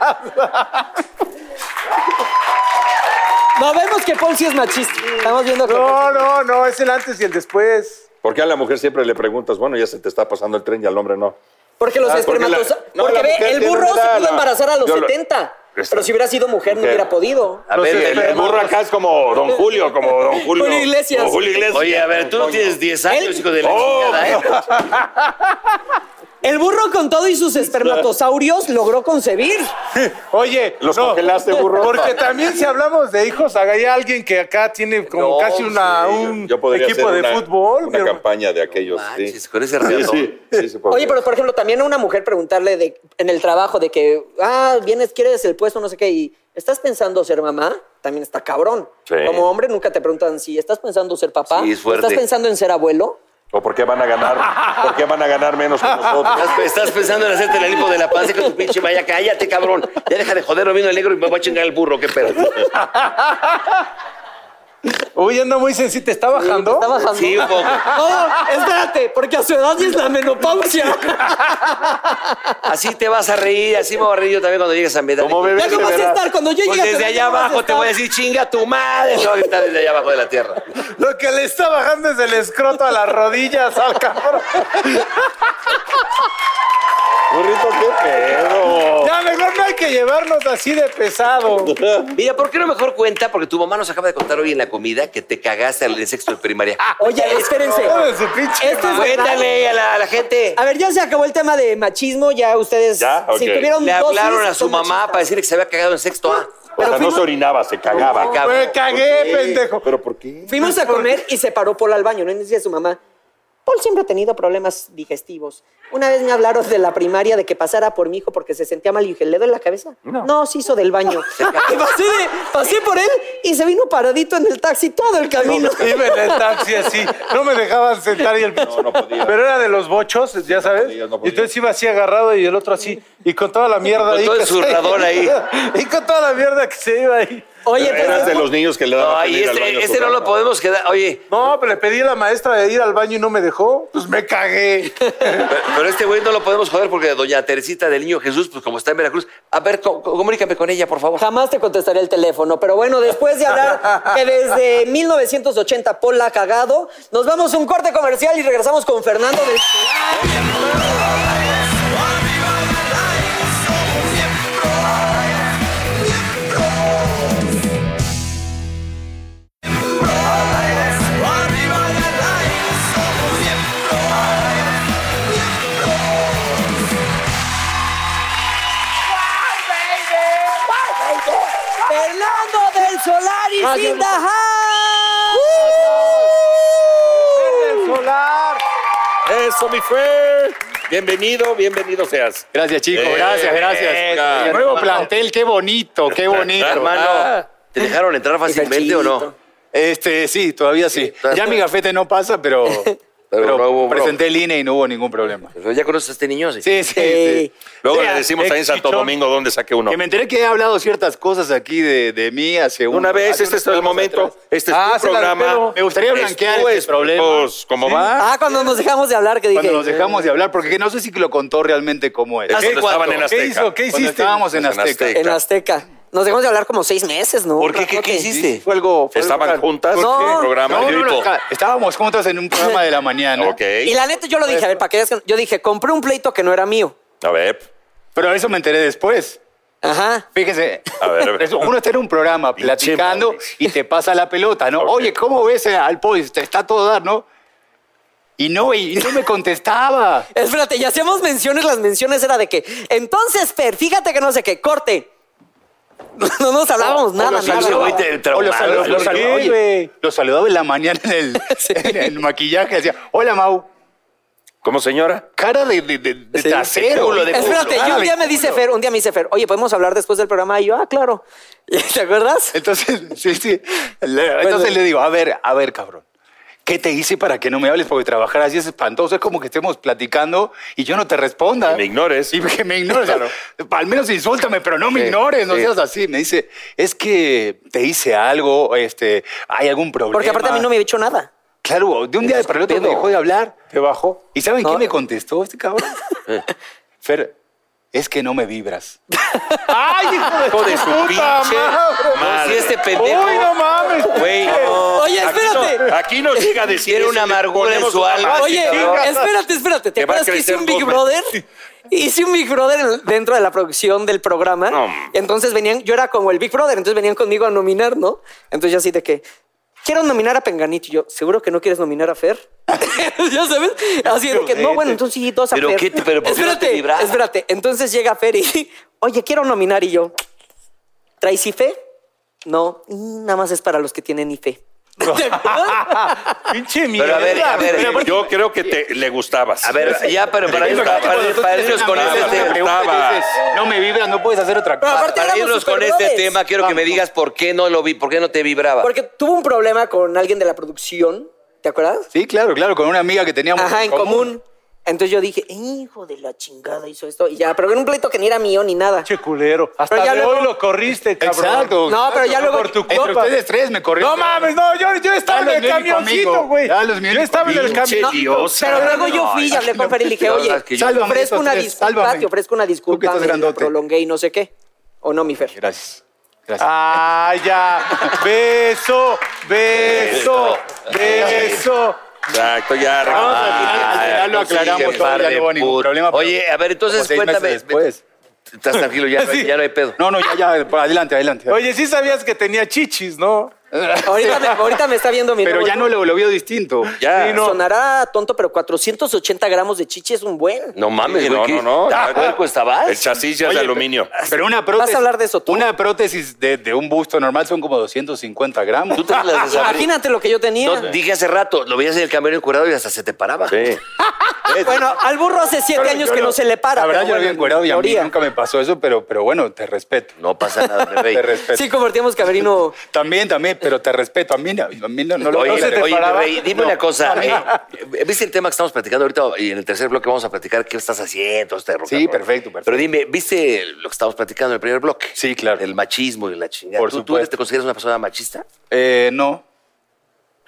S2: No, vemos que Paul sí es machista. Estamos viendo que...
S4: No, no, no, es el antes y el después.
S5: Porque a la mujer siempre le preguntas, bueno, ya se te está pasando el tren y al hombre no.
S2: Porque los
S5: Ah, porque la-
S2: espermatozoides... Porque,
S5: no, la
S2: ve,
S5: mujer
S2: el
S5: tiene
S2: burro
S5: una
S2: se
S5: edad,
S2: pudo
S5: la-
S2: embarazar a los
S5: yo lo-
S2: 70.
S5: Está.
S2: Pero si hubiera sido mujer, no
S5: Mujer.
S2: hubiera podido.
S3: A
S5: Los
S3: ver, el-
S5: espermatozoides. burro acá es como Don Julio, como Don Julio.
S2: Julio Iglesias.
S5: Como Julio Iglesias.
S3: Oye, a ver, tú no tienes 10 años,
S2: Él-
S3: hijo de la
S5: Oh.
S3: chingada, ¿eh?
S2: El burro con todo y sus espermatosaurios logró concebir.
S4: Oye,
S5: Los
S4: no,
S5: congelaste, burro.
S4: Porque también si hablamos de hijos, hay alguien que acá tiene como
S3: No,
S4: casi una,
S5: Sí, yo-
S4: un
S5: yo podría
S4: equipo
S5: hacer
S4: de
S5: una-
S4: fútbol.
S5: Una
S4: pero-
S5: campaña de aquellos.
S3: Manches,
S5: sí.
S3: con ese
S5: Sí,
S3: reto.
S5: sí, sí, se puede.
S2: Oye, pero por ejemplo, también a una mujer preguntarle de, en el trabajo de que, ah, vienes, quieres el puesto, no sé qué, y ¿estás pensando ser mamá? También está cabrón.
S5: Sí.
S2: Como hombre nunca te preguntan si estás pensando ser papá,
S3: Sí, es fuerte.
S2: estás pensando en ser abuelo.
S5: ¿O por qué van a ganar? ¿Por qué van a ganar menos
S3: <laughs>
S5: que nosotros?
S3: Estás- Estás pensando en hacerte la lipo de la panza con tu pinche vaya, cállate, cabrón. Ya deja de joder, no vino el negro y me voy a chingar el burro, qué pedo.
S4: Uy, anda muy sencillo. ¿Te está bajando?
S2: Está bajando.
S3: Sí, un poco.
S2: <laughs> No, espérate, porque a su edad ya es la menopausia.
S3: Así te vas a reír, así me voy a reír yo también cuando llegues a mi edad.
S5: Como bebé
S2: Ya no
S5: se
S2: vas a
S5: verá.
S2: estar cuando yo
S3: Pues
S2: llegue a tu
S3: desde
S2: edad,
S3: allá
S2: ya no vas a
S3: abajo te voy a
S2: estar.
S3: decir, chinga tu madre. Te voy a gritar desde allá abajo de la tierra.
S4: Lo que le está bajando es el escroto a las rodillas al cabrón.
S5: Burrito, qué pedo.
S4: Ya, mejor no hay que llevarnos así de pesado.
S3: Mira, ¿por qué no mejor cuenta? Porque tu mamá nos acaba de contar hoy en la comida que te cagaste al- en sexto de primaria. Ah,
S2: Oye, espérense.
S4: Hijo de su pinche
S2: Esto es
S4: madre.
S2: verdad.
S3: Cuéntale a la, a la gente.
S2: A ver, ya se acabó el tema de machismo, ya ustedes
S5: Ya, ok.
S2: si tuvieron
S3: Le
S2: dosis,
S3: hablaron a su
S2: son
S3: mamá
S2: machistas.
S3: para decirle que se había cagado en sexto A.
S5: O sea, no se orinaba, se cagaba.
S3: Se cagó.
S4: Me cagué, pendejo.
S5: Pues ¿Pero por qué?
S2: Fuimos a comer y se paró Paul al baño, no decía su mamá. Paul siempre ha tenido problemas digestivos. Una vez me hablaron de la primaria de que pasara por mi hijo porque se sentía mal y dije, ¿le doy la cabeza? No, <laughs> se hizo del baño. Y pasé, de- pasé por él y se vino paradito en el taxi todo el camino.
S4: Iba en el taxi así, no me dejaban sentar y el
S5: No, no podía.
S4: Pero era de los bochos, ya sabes.
S5: podía, no
S4: Y
S5: podía.
S4: entonces iba así agarrado y el otro así, y con toda la mierda
S3: Con
S4: ahí.
S3: todo
S4: que
S3: el
S4: se-
S3: zurrador ahí.
S4: <laughs> Y con toda la mierda que se iba ahí.
S2: <laughs> Oye,
S5: Eras de
S2: pero,
S5: los niños que le daban a
S3: Ay,
S5: pedir al baño
S3: este,
S5: a su
S3: este no lo
S5: mamá.
S3: podemos quedar. Oye,
S4: No, pero le pedí a la maestra de ir al baño y no me dejó. Pues me
S5: <laughs>
S4: cagué.
S3: pero pero este güey no lo podemos joder porque doña Teresita del Niño Jesús, pues como está en Veracruz. A ver, co- co- comunícame con ella, por favor.
S7: Ah,
S2: jamás te contestaré el teléfono. Pero bueno, después de hablar que desde 1980 Paul la ha cagado, nos vamos a un corte comercial y regresamos con Fernando del... Fernando del Solar y Cinda
S4: El solar.
S8: Eso, mi Fer. Bienvenido, bienvenido seas.
S7: Gracias, chico.
S8: Eh,
S7: gracias, gracias.
S8: venga.
S5: eh,
S7: Nuevo plantel, qué
S5: <laughs>
S7: bonito, qué bonito.
S3: Hermano,
S7: Ah,
S3: ¿te dejaron entrar fácilmente o no?
S7: Este, sí, todavía sí. Ya mi gafete no pasa,
S5: <laughs>
S7: pero, pero,
S3: no hubo bronca.
S7: presenté el INE y no hubo ningún problema.
S3: Pero ya conoces a este niño, sí.
S7: Sí, sí,
S2: Ey.
S7: sí.
S5: Luego
S7: Sí,
S5: le decimos ahí en Santo
S7: exhichón.
S5: Domingo dónde saqué uno.
S7: Que me enteré que he hablado ciertas cosas aquí de, de mí hace un-
S5: Una vez,
S7: hace
S5: este
S7: unos
S5: es el
S7: años
S5: momento.
S7: atrás.
S5: Este es
S4: Ah,
S5: tu
S4: se la
S5: programa.
S4: espero.
S7: Me gustaría blanquear
S5: Es tu
S7: este
S5: esposo,
S7: problema.
S5: ¿Cómo va?
S2: Ah, cuando nos dejamos de hablar, que dije.
S7: Cuando nos dejamos de hablar, porque no sé si lo contó realmente cómo es.
S5: Es cuando
S3: cuánto?
S5: estaban en
S4: ¿Qué
S5: Azteca.
S4: hizo? ¿Qué
S7: Cuando
S4: hiciste?
S7: estábamos
S5: En
S7: en
S5: Azteca.
S7: Azteca.
S2: En Azteca. Nos dejamos de hablar como seis meses, ¿no?
S3: ¿Por qué? ¿Qué,
S2: Creo
S3: qué
S2: que-
S3: hiciste?
S7: Fue algo. fue algo-
S5: ¿Estaban juntas
S2: No.
S5: en el programa?
S7: No,
S5: El
S7: no, no,
S5: grito.
S7: está- estábamos juntas en un programa de la mañana.
S5: Ok.
S2: Y la neta, yo lo dije, a ver, para que veas que- Yo dije, compré un pleito que no era mío.
S5: A ver,
S7: Pero eso me enteré después.
S2: Ajá.
S7: Fíjense,
S5: A ver, a ver.
S7: eso, uno está en un programa
S5: Pinche
S7: platicando
S5: madre.
S7: y te pasa la pelota, ¿no?
S5: Ok.
S7: Oye, ¿cómo ves al Pois? Te está todo dar, ¿no? Y no, y no me
S5: <laughs>
S7: contestaba.
S2: Espérate, ya hacíamos menciones, las menciones era de que. Entonces, Fer, fíjate que no sé qué, corte. <laughs> No nos hablábamos nada,
S3: los
S2: nada.
S3: amigos,
S2: nada.
S3: güey, te-
S7: O los
S3: traumado,
S7: salu- los
S3: güey.
S7: salu-
S4: qué,
S7: oye,
S4: güey?
S7: los saludaba en la mañana en
S5: <laughs>
S7: el, en el maquillaje. Decía, hola, Mau.
S5: ¿Cómo, señora?
S7: Cara de, de, de- de trasero. lo de
S2: Espérate,
S7: culo.
S2: yo
S7: Ah,
S2: un día me dice Fer, un día me dice Fer, oye, ¿podemos hablar después del programa? Y yo, ah, claro. <laughs> ¿Te acuerdas?
S7: Entonces, <laughs> sí, sí. Le- entonces le digo, a ver, a ver, cabrón. ¿Qué te hice para que no me hables? Porque trabajar así es espantoso. Es como que estemos platicando y yo no te responda.
S5: Que me ignores.
S7: Y que me ignores.
S5: Claro.
S7: <laughs> Al menos insúltame, pero no me
S3: Sí,
S7: ignores. No
S3: sí.
S7: seas así. Me dice, es que te hice algo, este, hay algún problema.
S2: Porque aparte a mí no me había hecho nada.
S7: Claro, de un día para el otro me
S2: pedo.
S7: dejó de hablar.
S4: ¿Te bajó?
S7: ¿Y saben
S2: No.
S7: qué me contestó
S3: <laughs>
S7: este cabrón?
S3: Eh.
S7: Fer, es que no me vibras.
S4: ¡Ay, hijo de su puta madre!
S3: Si este pendejo.
S4: ¡Uy, no mames!
S3: Güey,
S2: Oye,
S5: Aquí
S2: espérate.
S5: no- Aquí nos
S3: <laughs>
S5: llega a decir
S3: Tiene
S5: eso,
S3: una
S5: le
S3: amargura en
S5: ponemos
S3: su
S5: una
S3: alma.
S5: madre,
S2: Oye,
S5: cabrón.
S2: espérate, espérate. ¿Te
S5: Te va a
S2: acuerdas que hice
S5: crecer
S2: un Big
S5: dos
S2: Brother? Hice un Big Brother en- dentro de la producción del programa. Entonces venían, yo era como el Big Brother, entonces venían conmigo a nominar, ¿no? Entonces yo así de que, quiero nominar a Penganito. Y yo, ¿seguro que no quieres nominar a Fer? <laughs> ya sabes, así de que, no, bueno, entonces sí, dos a
S3: Pero
S2: Fer.
S3: qué te- pero ¿por qué no te
S2: espérate,
S3: vibraba?
S2: espérate. Entonces llega Fer y, oye, quiero nominar. Y yo, ¿traes IFE? No, y nada más es para los que tienen E". <laughs> IFE.
S4: ¡Pinche
S3: Pero
S4: mierda!
S3: a ver, a ver.
S5: Yo creo que te, le gustabas.
S3: A ver, ya, pero para,
S7: Imagínate
S3: para- para-
S7: cuando tú
S3: para
S7: te
S3: irnos
S7: hacen
S3: con
S7: una
S3: este
S7: mala
S3: tema.
S7: pregunta y te dices, No me vibras, no puedes hacer otra cosa.
S2: aparte
S3: Para
S2: éramos
S3: irnos con este
S2: superbrothers.
S3: tema, quiero que me digas por qué no lo vi, por qué no te vibraba.
S2: Porque tuvo un problema con alguien de la producción, ¿te acuerdas?
S7: Sí, claro, claro, con una amiga que teníamos
S2: Ajá, en común. Entonces yo dije, hijo de la chingada hizo esto. Y ya, pero en un pleito que ni era mío ni nada.
S4: ¡Pinche culero! Hasta
S2: Pero ya
S4: de
S2: luego-
S4: hoy lo corriste, cabrón.
S7: Exacto.
S2: No, pero ya luego-
S4: Por tu
S7: Entre
S4: culpa.
S7: ustedes tres me corrió.
S4: ¡No mames! No, yo, yo estaba
S7: Ya los
S4: en el
S7: vi en mi
S4: camioncito,
S7: amigo.
S4: güey.
S7: Ya los vi en
S4: Yo
S7: mi
S4: estaba en el
S7: amigo.
S4: camioncito.
S2: pero luego yo fui y hablé con Fer y le dije,
S3: La
S2: oye,
S3: verdad es que
S7: yo-
S2: te
S7: Sálvame,
S2: ofrezco
S7: esos
S2: una
S7: tres,
S2: disculpa,
S7: sálvame.
S2: te ofrezco una
S7: Tú que
S2: disculpa, me
S7: estás
S2: la
S7: grandote.
S2: prolongué y no sé qué. ¿O no, mi Fer?
S7: Gracias. Gracias.
S4: ¡Ah, ya! ¡Beso! ¡Beso! ¡Beso!
S3: Exacto, ya.
S7: Vamos, Ah, al final-
S3: Ah,
S7: al final lo aclaramos todo, ya no hubo ningún problema, pero-
S3: Oye, a ver,
S7: Como
S3: entonces
S7: seis meses
S3: cuéntame.
S7: después.
S3: Estás tranquilo, ya, no-
S4: Sí.
S3: ya no hay pedo.
S7: No, no, ya, ya, por- adelante, adelante.
S4: Oye, sí sabías que tenía chichis, ¿no?
S7: <laughs>
S2: Ahorita me, ahorita me está viendo mi
S7: pero
S2: nuevo-
S7: ya no lo, lo vio distinto.
S3: Ya.
S4: Sí, no.
S2: Sonará tonto, pero 480 gramos de chichi es un buen.
S3: No mames,
S5: Sí,
S3: güey.
S5: no,
S3: ¿qué-
S5: no, no.
S3: ¿Tan puerco estabas?
S5: El chasis ya es
S7: Oye,
S5: de aluminio.
S7: Pero una prótesis.
S2: Vas a hablar de eso tú.
S7: Una prótesis de, de un busto normal son como 250 gramos. <laughs>
S3: Tú te
S4: Ah,
S3: las desabrí.
S2: Ah, Imagínate lo que yo tenía.
S3: No, dije hace rato, lo veías en el camión curado y hasta se te paraba.
S5: Sí.
S2: Ah, Bueno, al burro hace siete años que no se le para.
S7: La verdad,
S2: pero
S7: yo lo
S2: bueno,
S7: había encuerado y a mí
S2: teoría.
S7: nunca me pasó eso, pero, pero bueno, te respeto.
S3: No pasa nada, mi rey.
S7: <laughs> Te respeto.
S2: Sí, convertíamos camerino.
S7: También, también, pero te respeto. A mí, no- a mí no, no lo
S3: Oye,
S7: no se te
S3: oye,
S7: paraba.
S3: mi rey, dime
S7: No.
S3: una cosa. eh, ¿Viste el tema que estamos platicando ahorita? Y en el tercer bloque vamos a platicar qué estás haciendo. Este rock
S7: Sí,
S3: and roll.
S7: perfecto, perfecto.
S3: Pero dime, ¿viste lo que estamos platicando en el primer bloque?
S7: Sí, claro.
S3: El machismo y la chingada.
S7: Por
S3: ¿Tú, tú
S7: supuesto.
S3: te consideras una persona machista?
S7: Eh, no,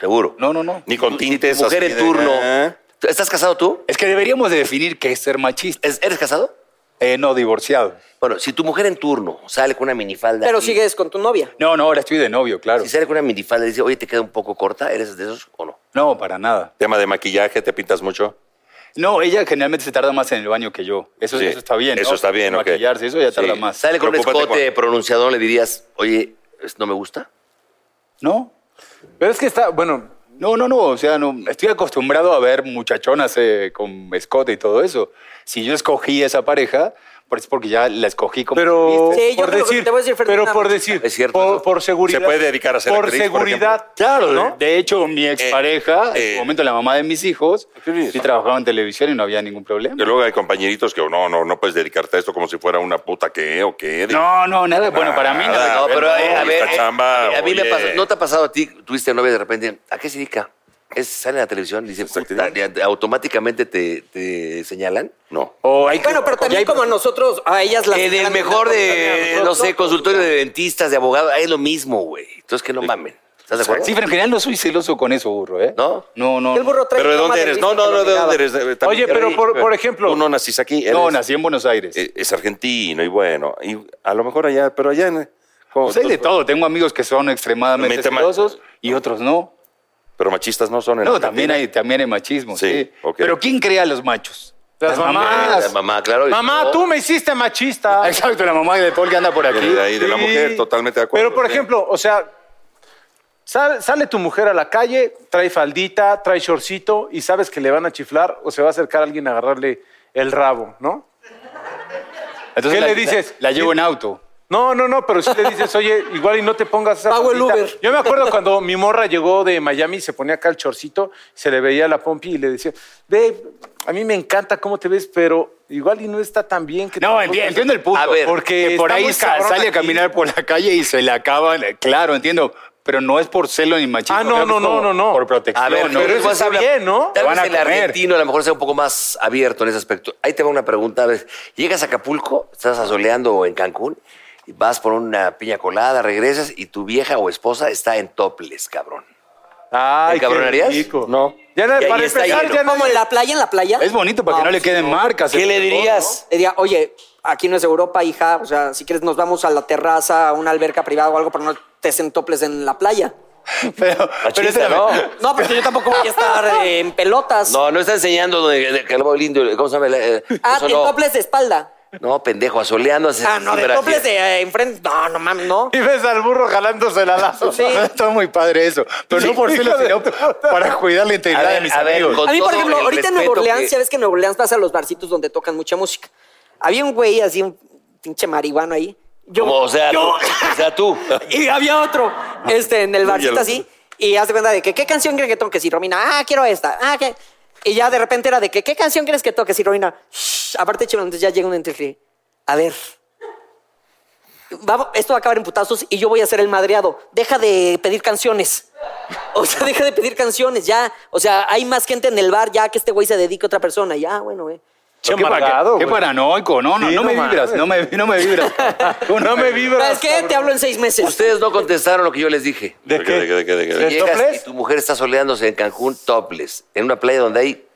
S3: Seguro.
S7: no, no, no.
S5: Ni con tintes.
S3: Mujer
S5: así
S3: en
S5: de-
S3: turno.
S5: ¿Eh?
S3: ¿Tú- ¿Estás casado tú?
S7: Es que deberíamos de definir qué es ser machista.
S3: ¿Es- ¿Eres casado?
S7: Eh, no, divorciado.
S3: Bueno, si tu mujer en turno sale con una minifalda.
S2: Pero
S3: y-
S2: sigues con tu novia.
S7: No, no, ahora estoy de novio, claro.
S3: Si sale con una minifalda y dice, oye, te queda un poco corta, ¿eres de esos o no?
S7: No, para nada.
S5: Tema de maquillaje, te pintas mucho.
S7: No, ella generalmente se tarda más en el baño que yo. Eso,
S5: Sí.
S7: eso está bien. ¿no?
S5: Eso está bien, ok.
S7: Maquillarse, eso ya tarda
S5: Sí.
S7: más.
S3: Sale con un
S5: Preocúpate
S3: escote pronunciador, le dirías, oye, ¿es- ¿no me gusta?
S7: No,
S4: Pero es que está, bueno,
S7: no, no, no. O sea, no, estoy acostumbrado a ver muchachonas eh, con escote y todo eso. Si yo escogí esa pareja, pues es porque ya la escogí como.
S4: pero
S2: Sí, yo
S4: por
S2: creo que
S4: decir,
S2: te voy a decir,
S4: pero
S2: Fernanda,
S4: por
S2: mucho.
S4: decir,
S3: Es cierto,
S4: por,
S3: eso.
S4: por seguridad.
S5: Se puede dedicar a ser
S4: Por
S5: actriz, por
S4: seguridad.
S7: Claro,
S4: ¿no?
S7: de hecho, mi expareja,
S5: eh.
S7: en su momento la mamá de mis hijos,
S4: Sí.
S7: sí trabajaba en televisión y no había ningún problema.
S5: Que luego hay compañeritos que "Oh, no, no, no puedes dedicarte a esto como si fuera una puta que o qué.
S7: No, no, nada. Bueno, para mí nada.
S5: Nada.
S3: No,
S5: ver,
S3: pero
S5: no,
S3: eh, a
S5: esta
S3: ver, eh,
S5: chamba,
S3: a mí me
S5: oye.
S3: pasó, ¿no te ha pasado a ti, tuviste novia de repente, ¿a qué se dedica? Es, sale en la televisión, dice, puta, y automáticamente te, te señalan.
S5: No.
S7: O hay que-
S2: Bueno, pero también
S7: ya hay-
S2: como a nosotros, a ellas las.
S3: En el Eh, mejor de, no sé, consultorio de dentistas, de abogados, es lo mismo, güey. Entonces que no mamen. ¿Estás de acuerdo?
S7: Sí, pero en general no soy celoso con eso, burro, ¿eh?
S3: ¿No?
S7: No, no.
S2: El burro trae
S5: ¿Pero de
S2: fama
S5: dónde eres?
S2: risa
S5: No, no,
S2: que
S5: no,
S2: lo
S5: ¿de dónde
S2: negaba.
S5: eres? Eh, también
S4: Oye, pero
S5: eres-
S4: por- por ejemplo-
S5: Tú no naciste aquí. eres-
S7: No, nací en Buenos Aires.
S5: eh, Es argentino y bueno. Y a lo mejor allá, pero allá. en- eh, como-
S7: Pues hay de todo. Tengo amigos que son extremadamente
S5: Mete ma-
S7: celosos y otros no.
S5: Pero machistas no son en
S7: No,
S5: Argentina.
S7: también hay, también hay machismo, sí.
S5: Sí, ok.
S7: Pero ¿quién crea a los machos?
S4: Las mamás.
S3: La mamá, claro. y-
S4: Mamá, tú me hiciste machista.
S7: Exacto, la mamá de Paul que anda por aquí.
S5: Viene de ahí, de la
S4: Sí.
S5: mujer, totalmente de acuerdo.
S4: Pero, por
S5: Sí.
S4: ejemplo, o sea, sal- sale tu mujer a la calle, trae faldita, trae shortcito y sabes que le van a chiflar o se va a acercar alguien a agarrarle el rabo, ¿no?
S7: Entonces
S4: ¿Qué
S7: la-
S4: le dices?
S7: La, la llevo en auto.
S4: No, no, no, pero si le dices, oye, igual y no te pongas esa
S2: Pago el
S4: pompita.
S2: Uber.
S4: Yo me acuerdo cuando mi morra llegó de Miami, se ponía acá el chorcito, se le veía la pompi y le decía, babe, a mí me encanta cómo te ves, pero igual y no está tan bien. Que
S7: No,
S4: te-
S7: enti- entiendo el punto.
S3: A ver,
S4: porque
S7: que por
S4: está
S7: ahí
S4: muy
S7: sa-
S4: cabrón
S7: sale a
S4: aquí.
S7: caminar por la calle y se le acaban. Claro, entiendo. Pero no es por celo ni machismo.
S4: Ah, no,
S7: creo que
S4: no,
S7: es
S4: no,
S7: como
S4: no, no.
S7: Por protección.
S3: A ver,
S7: ¿no?
S4: pero eso
S3: Igual
S4: está
S3: habla-
S4: bien, ¿no?
S3: Tal
S7: Lo van
S3: vez
S7: a
S3: el
S7: comer.
S3: argentino a lo mejor sea un poco más abierto en ese aspecto. Ahí te va una pregunta. A ver, llegas a Acapulco, estás asoleando en Cancún, y vas por una piña colada, regresas y tu vieja o esposa está en topless, cabrón.
S4: Ay,
S3: ¿Te cabronearías?
S4: qué rico.
S8: No.
S4: Ya na-
S3: Y ahí
S4: para
S3: está
S4: empezar,
S3: lleno.
S4: ya
S2: Como
S4: nadie-
S2: en la playa, en la playa.
S7: Es bonito para que no le queden marcas. ¿eh?
S3: ¿Qué le dirías?
S2: Le diría, oye, aquí no es Europa, hija. O sea, si quieres nos vamos a la terraza, a una alberca privada o algo, pero no te sentoples en la playa.
S7: <laughs> Pero, pero <laughs>
S3: Machista,
S7: esa-
S3: ¿no?
S2: No, porque yo tampoco voy a estar eh, en pelotas.
S3: No, no está enseñando donde- de calvo lindo. ¿Cómo se llama? el, eh,
S2: ah,
S3: eso
S2: en
S3: no.
S2: toples de espalda.
S3: No, pendejo, asoleando.
S2: Ah, no, de toples de eh, enfrente. No, no mames, no.
S7: Y ves al burro jalándose la lazo.
S2: Sí.
S7: <laughs> Está muy padre eso. Pero no por celo, sino para cuidar la
S3: A
S7: integridad
S3: ver,
S7: de mis
S3: a ver,
S7: amigos.
S3: con
S2: A mí, por
S3: todo
S2: ejemplo,
S3: el
S2: ahorita en Nueva
S3: respeto
S2: Orleans,
S3: que-
S2: ya ves que en Nueva Orleans vas a los barcitos donde tocan mucha música. Había un güey así, un pinche marihuano ahí. Yo,
S3: Como, o sea,
S2: yo-
S3: tú, o sea, tú.
S2: <laughs> y había otro,
S4: Ah.
S2: este, en el barcito así. Y haz de cuenta de que, ¿qué canción crees que toques? Y Romina, ah, quiero esta. Ah, ¿qué? Y ya de repente era de que, ¿qué canción crees que toques? Y Romina, "Shh". aparte, chulo, entonces ya llega un entre A ver. Vamos, esto va a acabar en putazos y yo voy a ser el madreado. Deja de pedir canciones. <laughs> O sea, deja de pedir canciones, ya. O sea, hay más gente en el bar ya que este güey se dedique a otra persona. Ya, bueno, güey.
S7: Qué, pa-
S4: amargado,
S7: qué
S4: güey.
S7: paranoico. No, no,
S4: Sí,
S7: no,
S4: no
S7: me
S4: mames.
S7: vibras. No me, no me vibras.
S4: No me vibras.
S2: ¿Sabes qué? Te hablo en seis meses.
S3: Ustedes no contestaron lo que yo les dije.
S4: ¿De qué?
S5: ¿De qué, de qué, de qué?
S4: ¿De
S3: Llegas
S4: topless?
S3: y tu mujer está soleándose en Cancún topless, en una playa donde hay...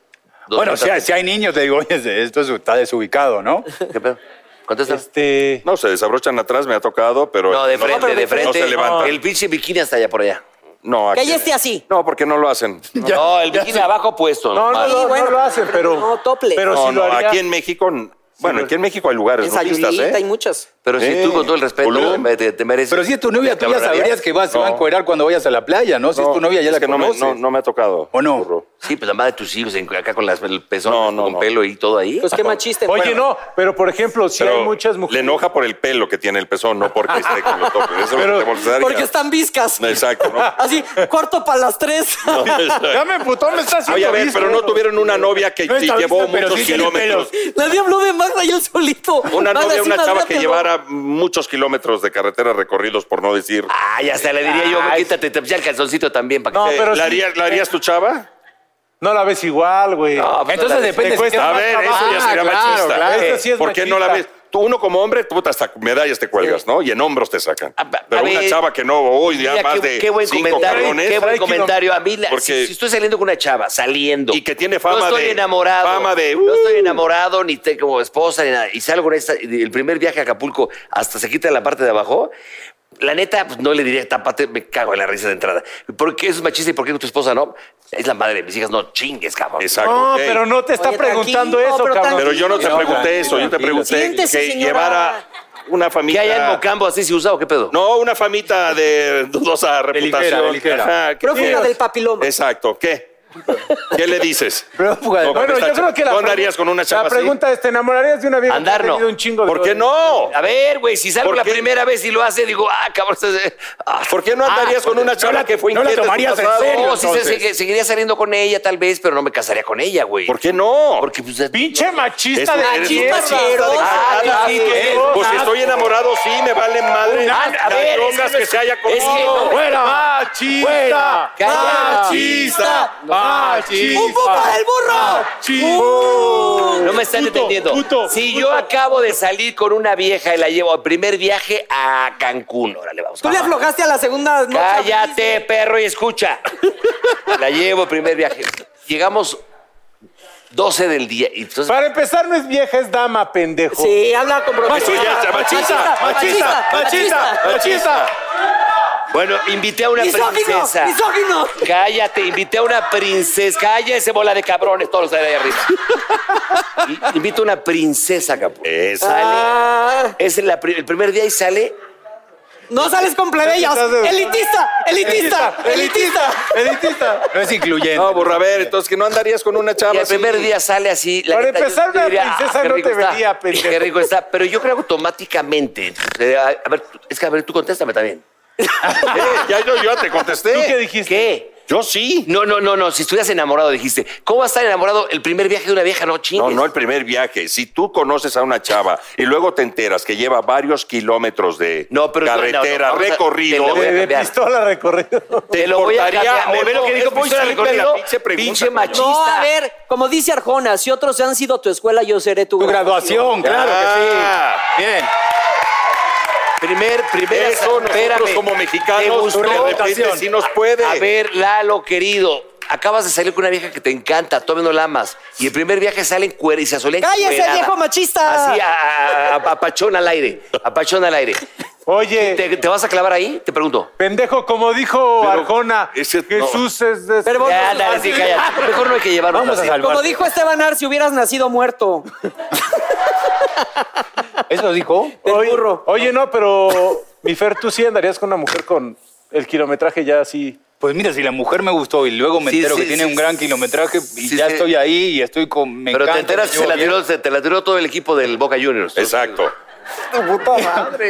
S3: dos-
S7: Bueno, si, hay- si hay niños, te digo, oye, esto es- está desubicado, ¿no?
S3: ¿Qué pedo? Contesta.
S4: Este...
S5: No, se desabrochan atrás, me ha tocado, pero.
S3: No, de frente, de
S5: No
S3: frente.
S5: se levanta.
S3: El pinche bikini hasta allá por allá.
S5: No,
S2: Que
S5: aquí.
S2: ella esté así.
S5: No, porque no lo hacen.
S7: Ya-
S3: no, el bikini abajo puesto.
S4: No, no,
S3: normal.
S2: Sí,
S4: no, no
S2: bueno,
S4: lo hacen, pero...
S2: no, topless.
S4: Pero
S5: No,
S4: si lo
S5: no,
S4: haría...
S5: aquí en México. n- Bueno, aquí en México hay lugares
S2: En
S5: nudistas,
S2: Sayulita hay
S5: ¿eh?
S2: muchas.
S3: Pero si
S5: Sí.
S3: tú con todo el respeto
S5: Pulú.
S3: te- te, te mereces...
S7: Pero si es tu novia,
S3: ¿te
S7: tú ya
S3: cabronearías?
S7: sabrías que vas, se va a
S5: No.
S7: encuerar cuando vayas a la playa, ¿no? Si es tu novia, ya
S5: es
S7: la
S5: que no me,
S7: conoces.
S5: no, no me ha tocado.
S7: ¿O no?
S5: burro.
S3: Sí, pues la madre de tus hijos en- acá con las el pezón,
S5: No, no,
S3: con
S5: no.
S3: pelo y todo ahí.
S2: Pues qué machista.
S4: Oye, no, pero por ejemplo, si
S5: Pero
S4: hay muchas mujeres...
S5: Le enoja por el pelo que tiene el pezón, no porque esté con los topes. Eso
S4: Pero-
S5: es lo que te molestaría.
S2: Porque están viscas.
S5: Exacto,
S2: <laughs>
S5: ¿no?
S2: Así, cuarto para las tres.
S7: Ya me emputó, me estás
S5: Oye, a ver, pero no tuvieron una novia que
S7: No
S5: sí
S7: está
S5: llevó
S7: visto, pero
S5: muchos
S7: sí tiene
S5: kilómetros.
S2: <laughs> Nadie habló de Magda y él solito.
S5: Una
S2: Magda,
S5: novia,
S2: sí,
S5: una
S2: más
S5: chava que
S2: rápido.
S5: llevara muchos kilómetros de carretera recorridos, por no decir.
S3: Ay, hasta le diría yo, quítate te- ya el calzoncito también para que...
S4: No,
S3: te-
S5: Eh,
S4: pero
S5: ¿La,
S4: sí.
S5: harías, ¿La harías tu chava?
S4: No la ves igual, güey.
S3: No, pues,
S7: Entonces
S3: no la-
S7: depende.
S4: Te
S7: si
S4: cuesta
S7: tienes
S5: A
S4: más
S7: más
S5: ver,
S4: trabajo.
S7: trabajo.
S5: eso ya
S7: Ah,
S5: sería
S7: claro,
S5: machista.
S7: claro.
S4: Eso sí es
S5: ¿Por qué no la ves?
S4: machista.
S5: Tú, uno como hombre, tú hasta medallas te cuelgas, ¿no? Y en hombros te sacan.
S3: A- Ah, a-
S5: Pero
S3: a
S5: una
S3: ver,
S5: chava que no, hoy ya
S3: Mira,
S5: más
S3: qué,
S5: de
S3: qué buen
S5: cinco
S3: comentario,
S5: cabrones,
S3: qué buen
S4: Tranquilo.
S3: comentario. A mí, la-
S5: Porque-
S3: si, si estoy saliendo con una chava, saliendo.
S5: Y que tiene fama
S3: no estoy
S5: de-
S3: enamorado.
S5: fama de,
S3: no
S5: uh.
S3: estoy enamorado, ni te, como esposa, ni nada. Y salgo con esta, y el primer viaje a Acapulco, hasta se quita la parte de abajo. La neta, pues, no le diría, tápate, me cago en la risa de entrada. ¿Por qué eso es machista y por qué tu esposa no? Es la madre de mis hijas, no chingues, cabrón.
S5: Exacto.
S4: No,
S5: ok.
S4: pero no te está
S2: Oye,
S4: preguntando
S2: tranquilo,
S4: eso,
S2: pero
S4: cabrón.
S5: Pero yo no te
S7: No,
S5: pregunté
S7: tranquilo,
S5: eso, yo te
S7: tranquilo.
S5: pregunté que
S2: Siéntese, señora.
S5: llevara una
S3: ¿Qué
S5: famita.
S3: hay en Mocambo así se usa o qué pedo?
S5: No, una famita de dudosa reputación.
S7: ligera, de ligera.
S5: Ajá, ¿qué
S2: Prófuga
S5: quieres?
S2: del papiloma.
S5: Exacto, ¿qué? ¿Qué le dices?
S7: Prófuga de-
S5: No,
S4: Bueno,
S5: contesta,
S4: yo creo que la
S5: ¿Tú andarías
S4: pregu-
S5: con una chava
S4: La
S5: así?
S4: pregunta es, ¿te enamorarías de una vieja que ha
S3: Andar, no.
S4: tenido un chingo de
S5: ¿Por qué
S4: dolor?
S5: no?
S3: A ver, güey, si salgo
S5: ¿Por
S3: la
S5: qué?
S3: primera vez y lo hace, digo, ah, cabrón. <laughs> estás- ah,
S5: ¿Por qué no andarías con una chava que fue
S7: no la
S5: inquieta en su
S7: tomarías en
S5: pasado?
S7: serio,
S3: No, sí, se- se- seguiría saliendo con ella tal vez, pero no me casaría con ella, güey.
S5: ¿Por qué no?
S3: Porque pues,
S4: Pinche machista
S5: Es-
S4: de
S5: eres
S4: mierda.
S2: machista asqueroso.
S4: Ah,
S3: Ah,
S4: sí,
S3: sí,
S4: qué
S3: sí.
S5: Pues si
S4: cosa.
S5: estoy enamorado, sí, me vale madre.
S3: Ah, a
S5: Las
S3: ver,
S5: drogas
S3: es que-
S5: que se haya comido.
S3: es que no-
S4: ¡Fuera! ¡Machista!
S3: Cállate.
S5: Ah,
S4: ¡Machista! ¡Machista!
S2: ¡Un poco del burro!
S3: no me están entendiendo. si yo acabo de salir con una vieja y la llevo al primer viaje a Cancún, órale, vamos.
S2: Tú le aflojaste a la segunda noche.
S3: Cállate, perro, y escucha. La llevo al primer viaje. Llegamos 12 del día. Y entonces,
S4: Para empezar, no es vieja, es dama, pendejo.
S2: Sí, habla con
S5: Eso ya es machista,
S2: machista, machista,
S5: machista.
S3: bueno, invité a una
S2: Misógino,
S3: princesa.
S2: misógino.
S3: Cállate, invité a una princesa. Cállense, bola de cabrones, todos los de ahí arriba. Y- Invito a una princesa, capo.
S5: Esa.
S3: Sale.
S2: Ah,
S3: Es la pri- el primer día y sale
S2: No sales con plebeyas. Elitista, elitista, elitista.
S7: Elitista. No es incluyente.
S8: No, burro, a ver, entonces que no andarías con una
S3: Y
S8: chava.
S3: el
S8: así?
S3: primer día sale así. La
S4: Para
S3: neta,
S4: empezar,
S3: yo- yo
S4: una
S3: diría, "Ah,
S4: princesa
S3: qué
S4: no
S3: rico
S4: te
S3: está,
S4: vería, pendejo.
S3: <laughs> Qué rico está. Pero yo creo que automáticamente. eh, a a ver, tú- es que a ver, tú contéstame también.
S8: Eh, ya yo, yo ya te contesté.
S4: ¿Tú qué dijiste?
S3: ¿Qué?
S8: Yo sí.
S3: No, no, no, no. Si estuvieras enamorado, dijiste. ¿Cómo vas a estar enamorado el primer viaje de una vieja? No
S5: No,
S3: chingues.
S5: no el primer viaje. Si tú conoces a una chava y luego te enteras que lleva varios kilómetros de
S3: No, pero-
S5: carretera
S3: no, no, no,
S5: recorrido,
S3: te lo voy a
S4: De
S3: cambiar.
S4: pistola recorrido.
S3: Te lo voy a
S5: importaría
S3: cambiar.
S5: o
S3: ¿Ve lo
S5: no?
S3: que dijo
S5: Es muy
S3: Pinche
S5: simple
S3: Recorrido?
S5: la pinche pregunta,
S3: Pinche
S5: coño.
S3: machista.
S2: No, a ver, como dice Arjona, si otros han sido tu escuela, yo seré tu,
S7: Tu graduación, claro
S5: Ah,
S7: que sí. Bien.
S3: Primer, primer.
S5: Eso nosotros
S3: espérame.
S5: como
S3: ¿Te
S5: mexicanos
S3: gustó?
S5: de repente sí nos puede.
S3: A ver, Lalo, querido. Acabas de salir con una vieja que te encanta, todavía no la amas. Y el primer viaje sale en cuera y se asolea.
S2: ¡Cállese,
S3: encuerada.
S2: viejo machista!
S3: Así, a, a- a- a pachón al aire. A pachón al aire.
S4: Oye,
S3: ¿Te, te vas a clavar ahí? Te pregunto.
S4: pendejo, como dijo
S5: Pero
S4: Arjona,
S5: ese- no.
S4: Jesús es de...
S2: Pero vos-
S3: Ya, dale, sí, cállate. Mejor no hay que llevarnos
S7: Vamos a
S3: así.
S7: salvar.
S2: Como dijo Esteban Arce, hubieras nacido muerto.
S7: ¿Eso dijo?
S2: Del
S4: oye,
S2: burro.
S4: oye, no, pero mi Fer, tú sí andarías con una mujer con el kilometraje ya así.
S7: Pues mira, si la mujer me gustó y luego me
S3: Sí,
S7: entero
S3: sí,
S7: que tiene
S3: sí,
S7: un gran
S3: sí,
S7: kilometraje y
S3: sí,
S7: ya
S3: sí.
S7: estoy ahí y estoy con. me
S3: Pero te
S7: encanta,
S3: enteras
S7: me
S3: que se
S7: llevo
S3: la
S7: bien.
S3: tiró, se- te la tiró todo el equipo del Boca Juniors.
S5: Exacto.
S7: <laughs>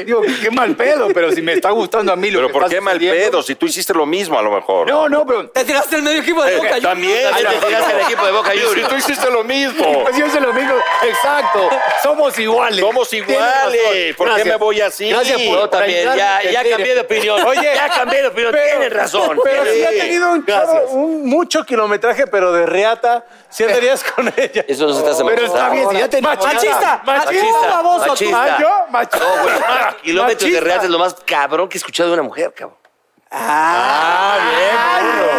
S7: Digo, qué mal pedo, pero si me está gustando a mí lo
S5: Pero
S7: que
S5: ¿por
S7: está
S5: qué mal
S7: sucediendo-
S5: pedo? Si tú hiciste lo mismo a lo mejor.
S7: No, no, pero.
S2: Te tiraste el medio
S3: Eh,
S2: equipo de boca. Juniors.
S5: También.
S3: Ahí te tiraste al equipo de Boca
S5: Si tú
S3: Juniors.
S5: hiciste lo mismo.
S7: Pues yo se lo digo, exacto. Somos iguales.
S5: Somos
S7: Tienes razón.
S5: iguales. ¿Por qué
S7: Gracias.
S5: me voy así?
S7: Gracias por-
S3: Yo también, ya, ya cambié de opinión.
S4: Oye,
S3: ya cambié de opinión.
S4: pero-
S3: Tienes razón.
S4: Pero
S3: Tienes
S4: sí ha
S3: razón.
S4: tenido un,
S3: Gracias. Eh,
S4: chavo, un mucho kilometraje, pero de reata, sí andarías con ella.
S3: Eso no se está
S7: Pero está bien, si ya te
S2: Machista, machista,
S3: Machista,
S2: baboso, tú.
S3: machista.
S4: Ah, yo, macho.
S3: No, güey. <laughs>
S7: <laughs>
S3: Kilómetros
S4: Machista.
S3: de real es lo más cabrón que he escuchado de una mujer, cabrón.
S7: Ah, bien, burro.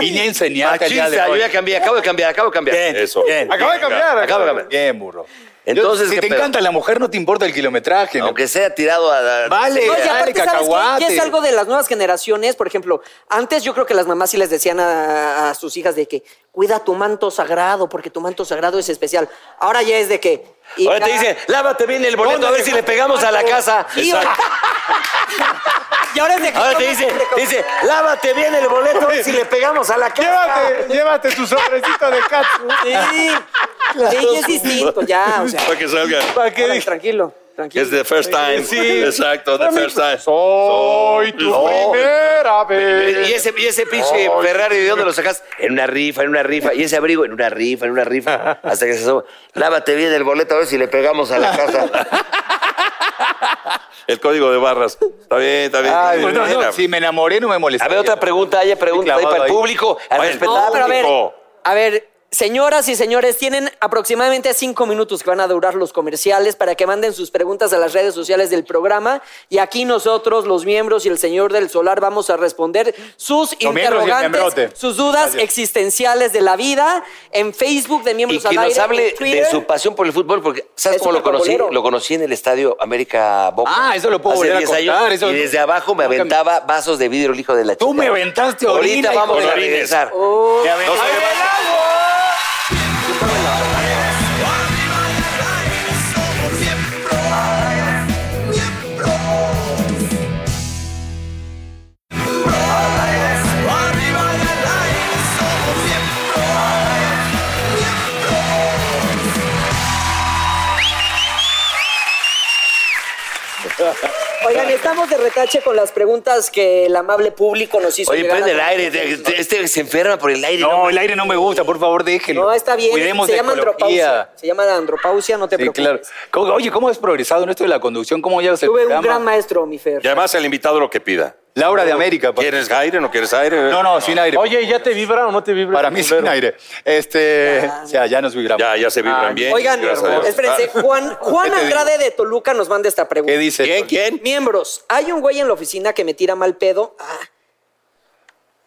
S7: Vine a enseñarte el día de
S3: Machista, yo
S7: hoy.
S3: ya cambié, acabo de cambiar, acabo de cambiar.
S5: Eso.
S4: Acaba de cambiar.
S3: Acabo de cambiar.
S7: Bien, burro.
S3: Entonces,
S7: si
S3: ¿qué
S7: te
S3: pedo?
S7: encanta la mujer, no te importa el kilometraje. ¿no?
S3: Aunque sea tirado a... a-
S7: Vale,
S2: No, y
S7: dale,
S2: aparte, ¿sabes qué?
S7: cacahuate.
S2: Ya es algo de las nuevas generaciones. Por ejemplo, antes yo creo que las mamás sí les decían a, a sus hijas de que cuida tu manto sagrado, porque tu manto sagrado es especial. Ahora ya es de que. y
S3: Ahora te
S2: ya-
S3: dicen, lávate bien el boleto a ver si le pegamos a la casa.
S2: Y, <laughs> y ahora es de que.
S3: Ahora te dice, te dice, lávate bien el boleto a ver si le pegamos a la casa.
S4: Llévate, llévate tu sobrecito de
S3: <laughs>
S4: catsup.
S2: Sí, sí, y es distinto, ya. O sea,
S8: Para que salga.
S4: ¿Para qué
S2: ahora,
S4: dije?
S2: tranquilo, tranquilo.
S8: Es the first time.
S4: Sí.
S8: Exacto, the first time.
S4: Soy tu
S8: No.
S4: primera vez.
S3: Y ese, y ese pinche Ferrari, ¿de dónde lo sacas? En una rifa, en una rifa. Y ese abrigo, en una rifa, en una rifa. Hasta que se asoma. Lávate bien el boleto a ver si le pegamos a la casa.
S5: El código de barras. Está bien, está bien.
S7: Ay, pues
S5: Mira,
S7: no, no,
S5: mira.
S7: si me enamoré, no me molesta.
S3: A ver, otra pregunta, haya pregunta ahí
S7: clavado
S3: para el
S7: ahí.
S3: público. A
S5: Para el
S3: respetar.
S2: No, pero a ver,
S5: Público.
S2: a ver, señoras y señores, tienen aproximadamente cinco minutos que van a durar los comerciales para que manden sus preguntas a las redes sociales del programa y aquí nosotros, los miembros y el señor del solar, vamos a responder sus
S7: miembros y el
S2: interrogantes,
S7: miembrote.
S2: sus dudas existenciales de la vida en Facebook de
S3: Y
S2: miembros
S3: que
S2: al
S3: nos
S2: aire,
S3: hable
S2: en Twitter.
S3: de su pasión por el fútbol, porque ¿sabes
S2: Es
S3: cómo lo conocí?
S2: superfutbolero.
S3: Lo conocí en el estadio América Boca.
S7: Ah, eso lo puedo
S3: hace
S7: volver a
S3: 10
S7: contar, eso
S3: y
S7: lo-
S3: desde abajo me
S7: Nunca me-
S3: aventaba vasos de vidrio, el hijo de la chica.
S7: Tú me aventaste orina,
S3: Ahorita
S7: hijo
S3: vamos
S7: de
S3: a
S7: la-
S3: regresar.
S2: Oh.
S7: Ya ven.
S2: Oigan, estamos de retache con las preguntas que el amable público nos hizo
S3: Oye,
S2: llegar a-
S3: prende el aire. te- te- Este se enferma por el aire.
S7: No, el aire no me gusta, por favor, déjelo.
S2: No, está bien.
S7: Cuidemos
S2: se
S7: de
S2: llama
S7: ecología.
S2: andropausia. Se llama andropausia, no te
S7: Sí,
S2: preocupes.
S7: claro. ¿Cómo- oye, ¿cómo has progresado en esto de la conducción? ¿Cómo llevas el
S2: Tuve un
S7: programa?
S2: gran maestro, mi Fer.
S5: Y además el invitado lo que pida.
S7: Laura de América. pa-
S5: ¿Quieres aire? ¿No quieres aire?
S7: No, no, sin aire.
S4: Oye, ¿ya te vibra o no te vibra?
S7: Para mí sin aire. Este, ya, ya nos vibramos.
S5: Ya, ya se
S7: Ah,
S5: vibran bien.
S2: Oigan,
S5: gracias a Dios. Ah,
S2: espérense,
S5: <laughs>
S2: Juan, Juan
S7: ¿Qué te
S2: Andrade de Toluca nos manda esta pregunta.
S7: ¿Qué dice?
S5: ¿Quién? ¿Quién?
S2: Miembros, hay un güey en la oficina que me tira mal pedo. Ah,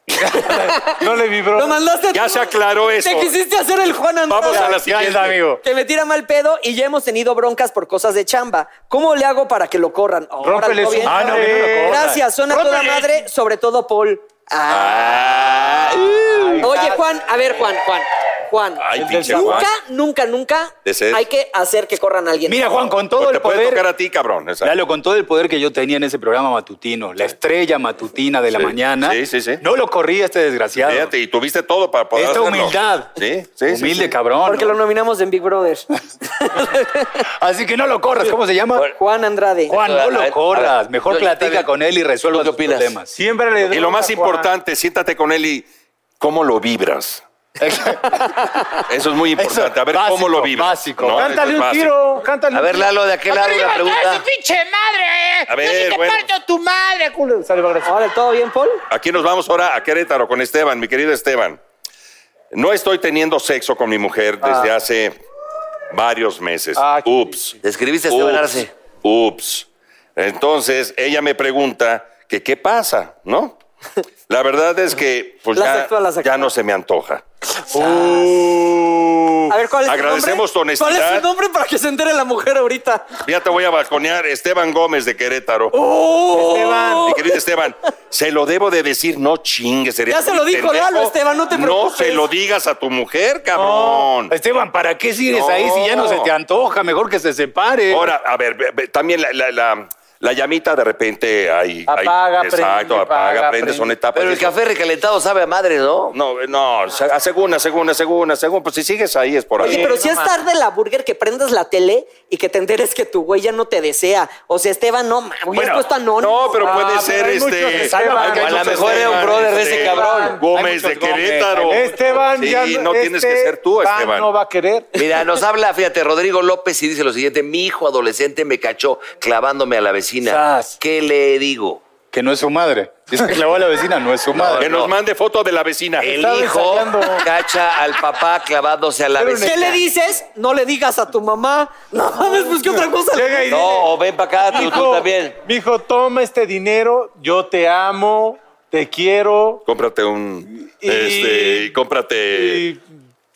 S5: <laughs>
S4: No le vibró.
S2: lo mandaste
S5: Ya
S2: tú.
S5: se aclaró eso.
S2: Te quisiste hacer el Juan Andrade.
S5: Vamos a la
S7: Ya es
S5: siguiente.
S7: amigo.
S2: Que me tira mal pedo y ya hemos tenido broncas por cosas de chamba. ¿Cómo le hago para que lo corran? Ahora,
S4: Rómpele
S2: ¿todo
S4: su
S2: bien?
S4: madre. Ah, no, que no lo corran.
S2: Gracias, son a toda madre, sobre todo Paul. Ah. Oye, Juan, a ver, Juan, Juan. Juan.
S5: Ay,
S4: El del
S5: pinche
S4: Juan.
S5: Juan.
S2: Nunca, nunca, nunca
S5: Ese es.
S2: hay que hacer que corran a alguien.
S7: Mira, Juan, con todo
S5: pues Te
S7: el
S5: puede tocar
S7: poder.
S5: a ti, cabrón. exacto.
S7: Lalo, con todo el poder que yo tenía en ese programa matutino, la estrella matutina de la
S5: Sí,
S7: mañana.
S5: sí, sí, sí.
S7: No lo corrí a este desgraciado.
S5: Fíjate, y tuviste todo para poder
S7: Esta
S5: hacerlo.
S7: humildad.
S5: Sí, sí, sí,
S7: Humilde
S5: sí.
S7: cabrón.
S2: Porque
S7: ¿no?
S2: lo nominamos en Big
S4: <laughs>
S2: Brother.
S7: Así que no lo corras. ¿Cómo se llama?
S2: Juan Andrade.
S7: Juan,
S3: A
S7: no
S3: ver, a
S7: lo
S3: ver, a
S7: corras.
S3: ver.
S7: Mejor
S3: Yo- yo
S7: platica
S3: también.
S7: con él y resuelva
S3: ¿Tú qué
S7: sus
S3: opinas?
S7: problemas.
S4: Siempre le
S5: Y
S4: doy
S5: lo
S4: a
S5: más
S4: Juan.
S5: importante, siéntate con él y cómo lo vibras. Eso es muy importante. a ver
S7: básico,
S5: cómo lo vibras.
S7: básico.
S5: No, eso
S4: Cántale
S5: es
S4: un
S5: básico.
S4: tiro, cántale
S3: A ver,
S4: un tiro.
S3: Lalo, de aquel lado una pregunta.
S8: pinche madre!
S5: A ver, Yo sí te bueno. parto
S8: tu madre, culo!
S2: Ahora, ¿todo bien, Paul?
S5: Aquí nos vamos ahora a Querétaro con Esteban, mi querido Esteban. No estoy teniendo sexo con mi mujer desde
S7: Ah.
S5: hace varios meses.
S4: Ah, qué
S5: Ups.
S3: Describiste a Esteban Arce.
S5: Ups. Entonces, ella me pregunta que qué pasa,
S2: <laughs>
S5: ¿no? La verdad es que pues
S2: Las
S5: ya,
S2: actúa, las actúa.
S5: ya no se me antoja. Uh,
S2: A ver, ¿cuál es tu
S5: Agradecemos tu
S2: nombre? ¿Cuál es
S5: honestidad.
S2: tu nombre para que se entere la mujer ahorita?
S5: Ya te voy a balconear, Esteban Gómez de Querétaro.
S2: Oh. Esteban.
S5: Mi querido Esteban, se lo debo de decir, no chingues. sería
S2: Ya se lo dijo
S5: pendejo.
S2: Lalo, Esteban, no te preocupes.
S5: No se lo digas a tu mujer, cabrón.
S7: Esteban, ¿para qué sigues
S5: No.
S7: ahí si ya no se te antoja? Mejor que se separe.
S5: Ahora, a ver, ve- ve- también la, la- la- la llamita de repente ahí.
S4: Apaga,
S5: ahí- Exacto,
S4: prende,
S5: apaga,
S4: apaga,
S5: prende, son
S4: prende.
S5: etapas.
S3: Pero el
S5: de eso.
S3: café recalentado sabe a madre, ¿no?
S5: No, eh, no, se- a segunda, segunda, segunda, segunda. Pues si sigues ahí es por ahí.
S2: Oye, pero si es tarde la burger que prendas la tele y que te enteres que tu güey ya no te desea. O sea, Esteban, no, ma, hubieras
S5: Bueno,
S2: puesto anónimo.
S5: no, pero puede
S4: Ah,
S5: ser
S4: pero hay muchos
S5: este.
S4: Esteban.
S5: hay
S4: A lo
S5: muchos
S3: mejor era un
S5: Esteban,
S3: brother de ese
S5: este,
S3: cabrón.
S5: Gómez de Querétaro.
S4: Esteban,
S5: Sí,
S4: ya
S5: no tienes que ser tú,
S4: Esteban
S5: Esteban.
S4: no va a querer.
S3: Mira, nos habla, fíjate, Rodrigo López y dice lo siguiente: mi hijo adolescente me cachó clavándome a la vecina.
S7: Sas.
S3: ¿Qué le digo?
S7: Que no es su madre. Si es que clavó a la vecina, no es su madre.
S5: Que nos mande foto de la vecina.
S3: El
S4: Está
S3: hijo
S4: ensayando.
S3: cacha al papá clavándose a la
S4: Pero
S3: vecina.
S2: ¿Qué le dices? No le digas a tu mamá. No mames, pues qué otra cosa.
S4: Llega y dice,
S3: No, o ven para acá, tú, tú
S4: "Mijo,
S3: también.
S4: Mijo, toma este dinero, yo te amo, te quiero
S5: Cómprate un.
S4: Y-
S5: Este, cómprate.
S4: y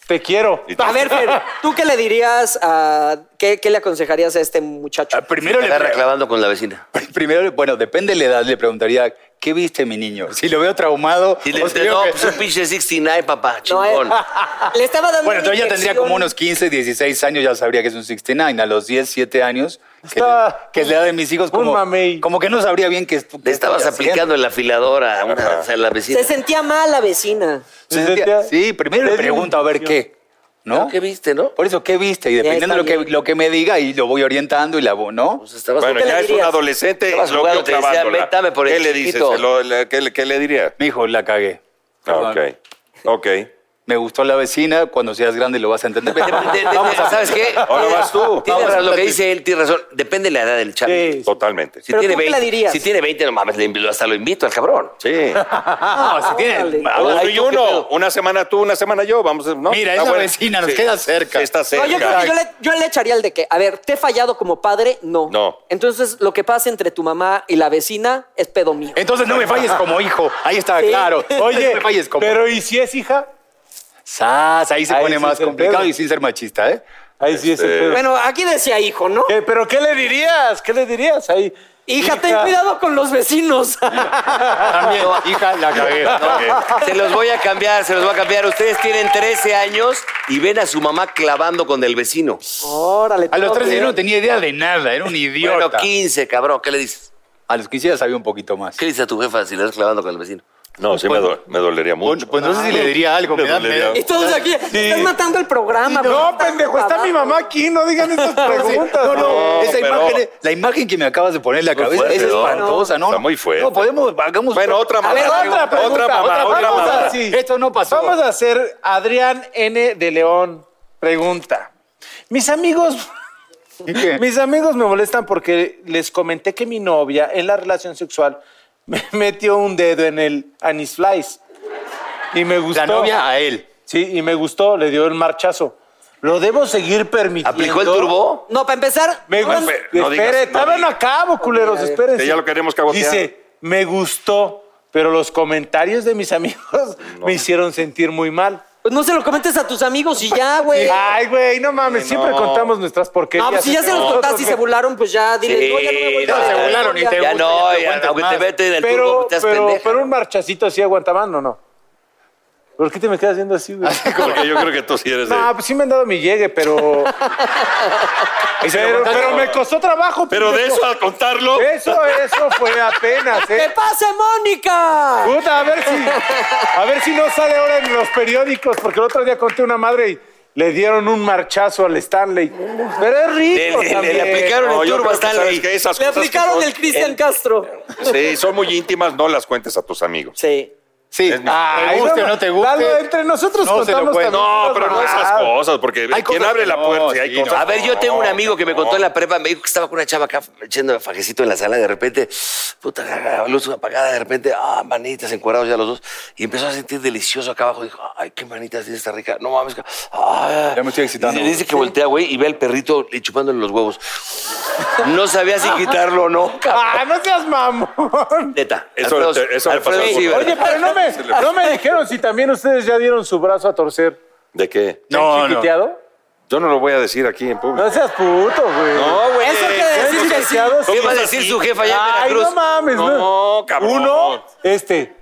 S4: te quiero.
S5: y-
S2: A ver,
S4: <laughs>
S2: Fer, ¿tú qué le dirías a. ¿Qué, qué le aconsejarías a este muchacho?
S7: Ah, Primero le,
S3: Agarra clavando con la vecina.
S7: <laughs> primero, le- bueno, depende de la edad, le preguntaría, ¿qué viste, mi niño? Si lo veo traumado.
S3: Y le
S7: o si
S3: dice,
S7: veo
S3: no,
S7: que-
S3: pues un pinche 69, papá,
S2: No, eh,
S3: chingón.
S2: <laughs> le estaba dando.
S7: Bueno,
S2: una
S7: entonces ya tendría
S2: inyección.
S7: como unos 15, 16 años, ya sabría que es un 69. A los 10, 7 años, que,
S4: Está-
S7: que es la edad de mis hijos,
S4: Un
S7: como,
S4: mamey.
S7: como que no sabría bien que...
S3: Le estabas aplicando en la afiladora a una, a la vecina.
S2: Se sentía mal la vecina.
S4: Se sentía-
S7: Sí, primero
S4: Te dio
S7: le pregunto a ver qué, ¿no?
S3: ¿No? ¿Qué viste, no?
S7: Por eso, ¿qué viste? Y dependiendo de lo que,
S2: bien.
S7: lo que me diga, y lo voy orientando y la voy, ¿no?
S3: Pues estabas
S5: Bueno,
S2: ¿qué le
S5: ya es un
S2: dirías?
S5: adolescente.
S3: Estabas
S5: lo
S3: jugando,
S5: vio
S3: te decía,
S5: clavándola.
S3: "Ven, dame por el
S5: ¿Qué le dices?
S3: chiquito".
S5: ¿Se lo- le- qué, le- qué le diría?
S7: Mi hijo, la cagué.
S5: Ah, Ok. Ok.
S7: Me gustó la vecina, cuando seas grande lo vas a entender.
S3: De- de- de-
S7: Vamos a-
S3: ¿Sabes qué?
S5: Ahora vas tú.
S3: Tienes
S7: Vamos a
S3: razón, lo que
S7: platicar.
S3: dice él, tiene razón. Depende de la edad del chavo.
S4: Sí.
S5: Totalmente.
S3: Si
S2: ¿Pero
S3: tiene
S2: tú qué
S3: 20,
S2: le dirías?
S3: Si tiene 20, no mames, le invito- hasta lo invito al cabrón. <laughs>
S5: Sí.
S3: Ah,
S7: No, si tiene-
S2: Órale.
S7: Ahora,
S5: Uno y
S7: <laughs>
S5: uno. Una semana tú, una semana yo. Vamos, a- ¿no?
S7: Mira,
S5: Está
S7: esa
S5: bueno.
S7: vecina nos queda cerca.
S5: Está
S2: No,
S5: cerca.
S2: yo creo que yo le, yo le echaría el de que, a ver, ¿te he fallado como padre? No.
S5: No.
S2: Entonces, lo que pasa entre tu mamá y la vecina es pedo mío.
S7: Entonces no me falles como hijo. Ahí está,
S2: Sí.
S4: <laughs>
S7: claro.
S4: Oye,
S7: no me falles como
S4: pero ¿y si es hija?
S7: Sas, ahí se
S4: Ahí
S7: pone
S4: sí
S7: más
S4: es el
S7: complicado
S4: pedo.
S7: y sin ser machista, ¿eh?
S4: Ahí sí es el
S5: Este-
S4: pedo.
S2: Bueno, aquí decía hijo, ¿no?
S4: ¿Qué- ¿Pero qué le dirías? ¿Qué le dirías ahí?
S2: Hija, ten cuidado con los vecinos.
S7: También, hija, la cagué.
S3: Se los voy a cambiar, se los voy a cambiar. Ustedes tienen 13 años y ven a su mamá clavando con el vecino.
S2: Órale.
S7: A los
S2: todo
S7: 13 yo
S2: bien.
S7: no tenía idea de nada, era un
S3: Bueno,
S7: idiota.
S3: 15, cabrón, ¿qué le dices?
S7: A los 15 ya sabía un poquito más.
S3: ¿Qué le dices a tu jefa si le estás clavando con el vecino?
S5: No, sí me, do- me dolería
S7: Pues,
S5: mucho.
S7: pues no sé si le diría algo, me da miedo.
S2: Y todos aquí, estás matando el programa. güey.
S4: No, pendejo, está mi mamá aquí, no digan
S7: <laughs>
S4: estas preguntas.
S7: No, no,
S5: No,
S7: esa
S5: pero-
S7: imagen, es- la imagen que me acabas de poner en la cabeza
S5: fuerte,
S7: es
S5: ¿no?
S7: espantosa, ¿no?
S5: Está muy fuerte.
S7: No, podemos, hagamos...
S5: Bueno, otra
S7: A
S5: mamá.
S7: ver,
S4: otra pregunta,
S5: otra mamá,
S4: otra
S5: otra
S4: pregunta.
S5: mamá.
S4: Sí.
S7: Esto no pasó.
S4: Vamos a hacer Adrián N. de León. Pregunta. Mis amigos,
S7: ¿Qué?
S4: mis amigos me molestan porque les comenté que mi novia en la relación sexual me <laughs> metió un dedo en el anís flies. Y me gustó.
S7: La novia a él.
S4: Sí, y me gustó, le dio el marchazo. ¿Lo debo seguir permitiendo?
S3: ¿Aplicó el turbo?
S2: No, para empezar,
S4: Me
S2: no,
S4: gustó.
S5: no digas,
S4: Espere,
S5: no
S4: estaban
S5: digas.
S4: a cabo, culeros, espérense.
S5: Que ya lo queremos cagotear.
S4: Dice, me gustó, pero los comentarios de mis <laughs> amigos me hicieron sentir muy mal.
S2: pues no se lo comentes a tus amigos y ya, güey.
S4: Ay, güey, no mames, siempre contamos nuestras porquerías.
S2: No, pues si ya se los contaste y se burlaron, pues ya dile, no, ya no me voy a
S7: no, se
S2: burlar.
S7: burlaron y te-
S3: Ya
S7: gusta, ya
S3: no,
S7: no
S3: ya,
S7: aguantas
S3: aunque te
S7: más.
S3: meten en el turbo,
S4: Pero,
S3: estás
S4: pero,
S3: pendeja.
S4: pero un marchacito así aguanta más, ¿no? no? ¿Por qué te me quedas viendo así,
S5: <laughs>
S4: güey?
S5: <laughs> Porque yo creo que tú sí eres de...
S4: No, pues sí me han dado mi llegue,
S5: <laughs>
S4: pero. pero, pero me costó trabajo.
S5: Pero de
S7: pues,
S4: pendejo.
S5: eso a contarlo...
S4: Eso, eso fue apenas,
S2: ¡Que
S4: ¿eh?
S2: pase Mónica!
S4: Puta, a ver si. A ver si no sale ahora en los periódicos, porque el otro día conté una madre y le dieron un marchazo al Stanley. Pero es
S3: Le,
S4: rico.
S3: le- le
S4: también.
S3: aplicaron
S5: No,
S3: el
S5: yo
S3: turbo
S5: creo
S3: a
S5: que sabes
S3: Stanley.
S5: que esas
S2: Le
S5: cosas que
S2: aplicaron
S5: son-
S2: el Cristian Castro.
S5: Sí, son muy íntimas, no las cuentes a tus amigos.
S2: Sí.
S7: Sí,
S5: Es mi-
S7: te guste o no te guste.
S4: Lalo, entre nosotros
S7: No se lo
S4: contamos
S7: cuento.
S4: también
S5: No,
S4: las
S5: pero no
S4: mamadas.
S5: esas cosas, porque
S7: Hay
S5: quien
S7: cosas
S5: abre
S7: que
S5: la
S7: no,
S5: puerta, sí, hay
S7: sí,
S5: cosas.
S7: no.
S3: A ver, yo tengo un amigo que me contó en
S5: la
S3: la prepa, me dijo que estaba con una chava acá echando fajecito en la sala, de repente, puta, la luz apagada, de repente, ah, manitas encuadrados ya los dos, y empezó a sentir delicioso acá abajo, dijo, ay, qué manitas tiene esta rica, no mames, ah.
S7: Ya me estoy excitando.
S3: Y Dice, que voltea, güey, y ve al perrito le chupándole los huevos. No sabía si quitarlo o no, cabrón.
S4: Ah, no seas mamón.
S3: Neta,
S5: Eso
S3: Alfredo,
S5: te- eso me
S3: Alfredo
S5: pasó.
S3: Sieber.
S4: Oye, pero no me, no me dijeron si también ustedes ya dieron su brazo a torcer.
S5: ¿De qué?
S7: No, no.
S4: chiquiteado?
S5: Yo no lo voy a decir aquí en público.
S4: No seas puto, güey.
S5: No, güey.
S2: Eso quiere
S4: ¿Ya
S2: decir que sí.
S4: chiquiteado?
S3: ¿Qué va a decir su jefa allá en
S4: Ay,
S3: Veracruz?
S4: no mames,
S5: No, cabrón.
S4: Uno, este.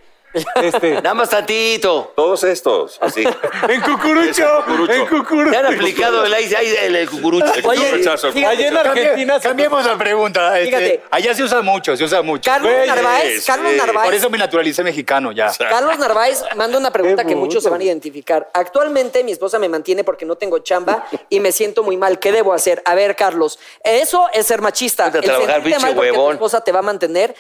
S4: Este.
S3: Nada más tantito.
S5: pues, Todos estos, <laughs> así.
S4: en cucurucho. En cucurucho.
S3: Te han aplicado el, ay, ay, el, el cucurucho.
S5: Oye, rechazo.
S4: Allá en Argentina.
S7: Cambiemos,
S4: se-
S7: cambiemos la pregunta. este,
S2: Fíjate.
S7: allá se usa mucho, se usa mucho.
S2: Carlos
S4: Güey,
S2: Narváez,
S5: sí.
S2: Carlos Narváez.
S7: Por eso me naturalicé mexicano ya.
S2: Carlos Narváez manda una pregunta que muchos se van a identificar. Actualmente mi esposa me mantiene porque no tengo chamba y me siento muy mal. ¿Qué debo hacer? A ver, Carlos, eso es ser machista.
S3: Vete a
S2: El
S3: trabajar,
S2: sentirte
S3: pinche
S2: mal porque tu
S3: huevón.
S2: esposa te va a mantener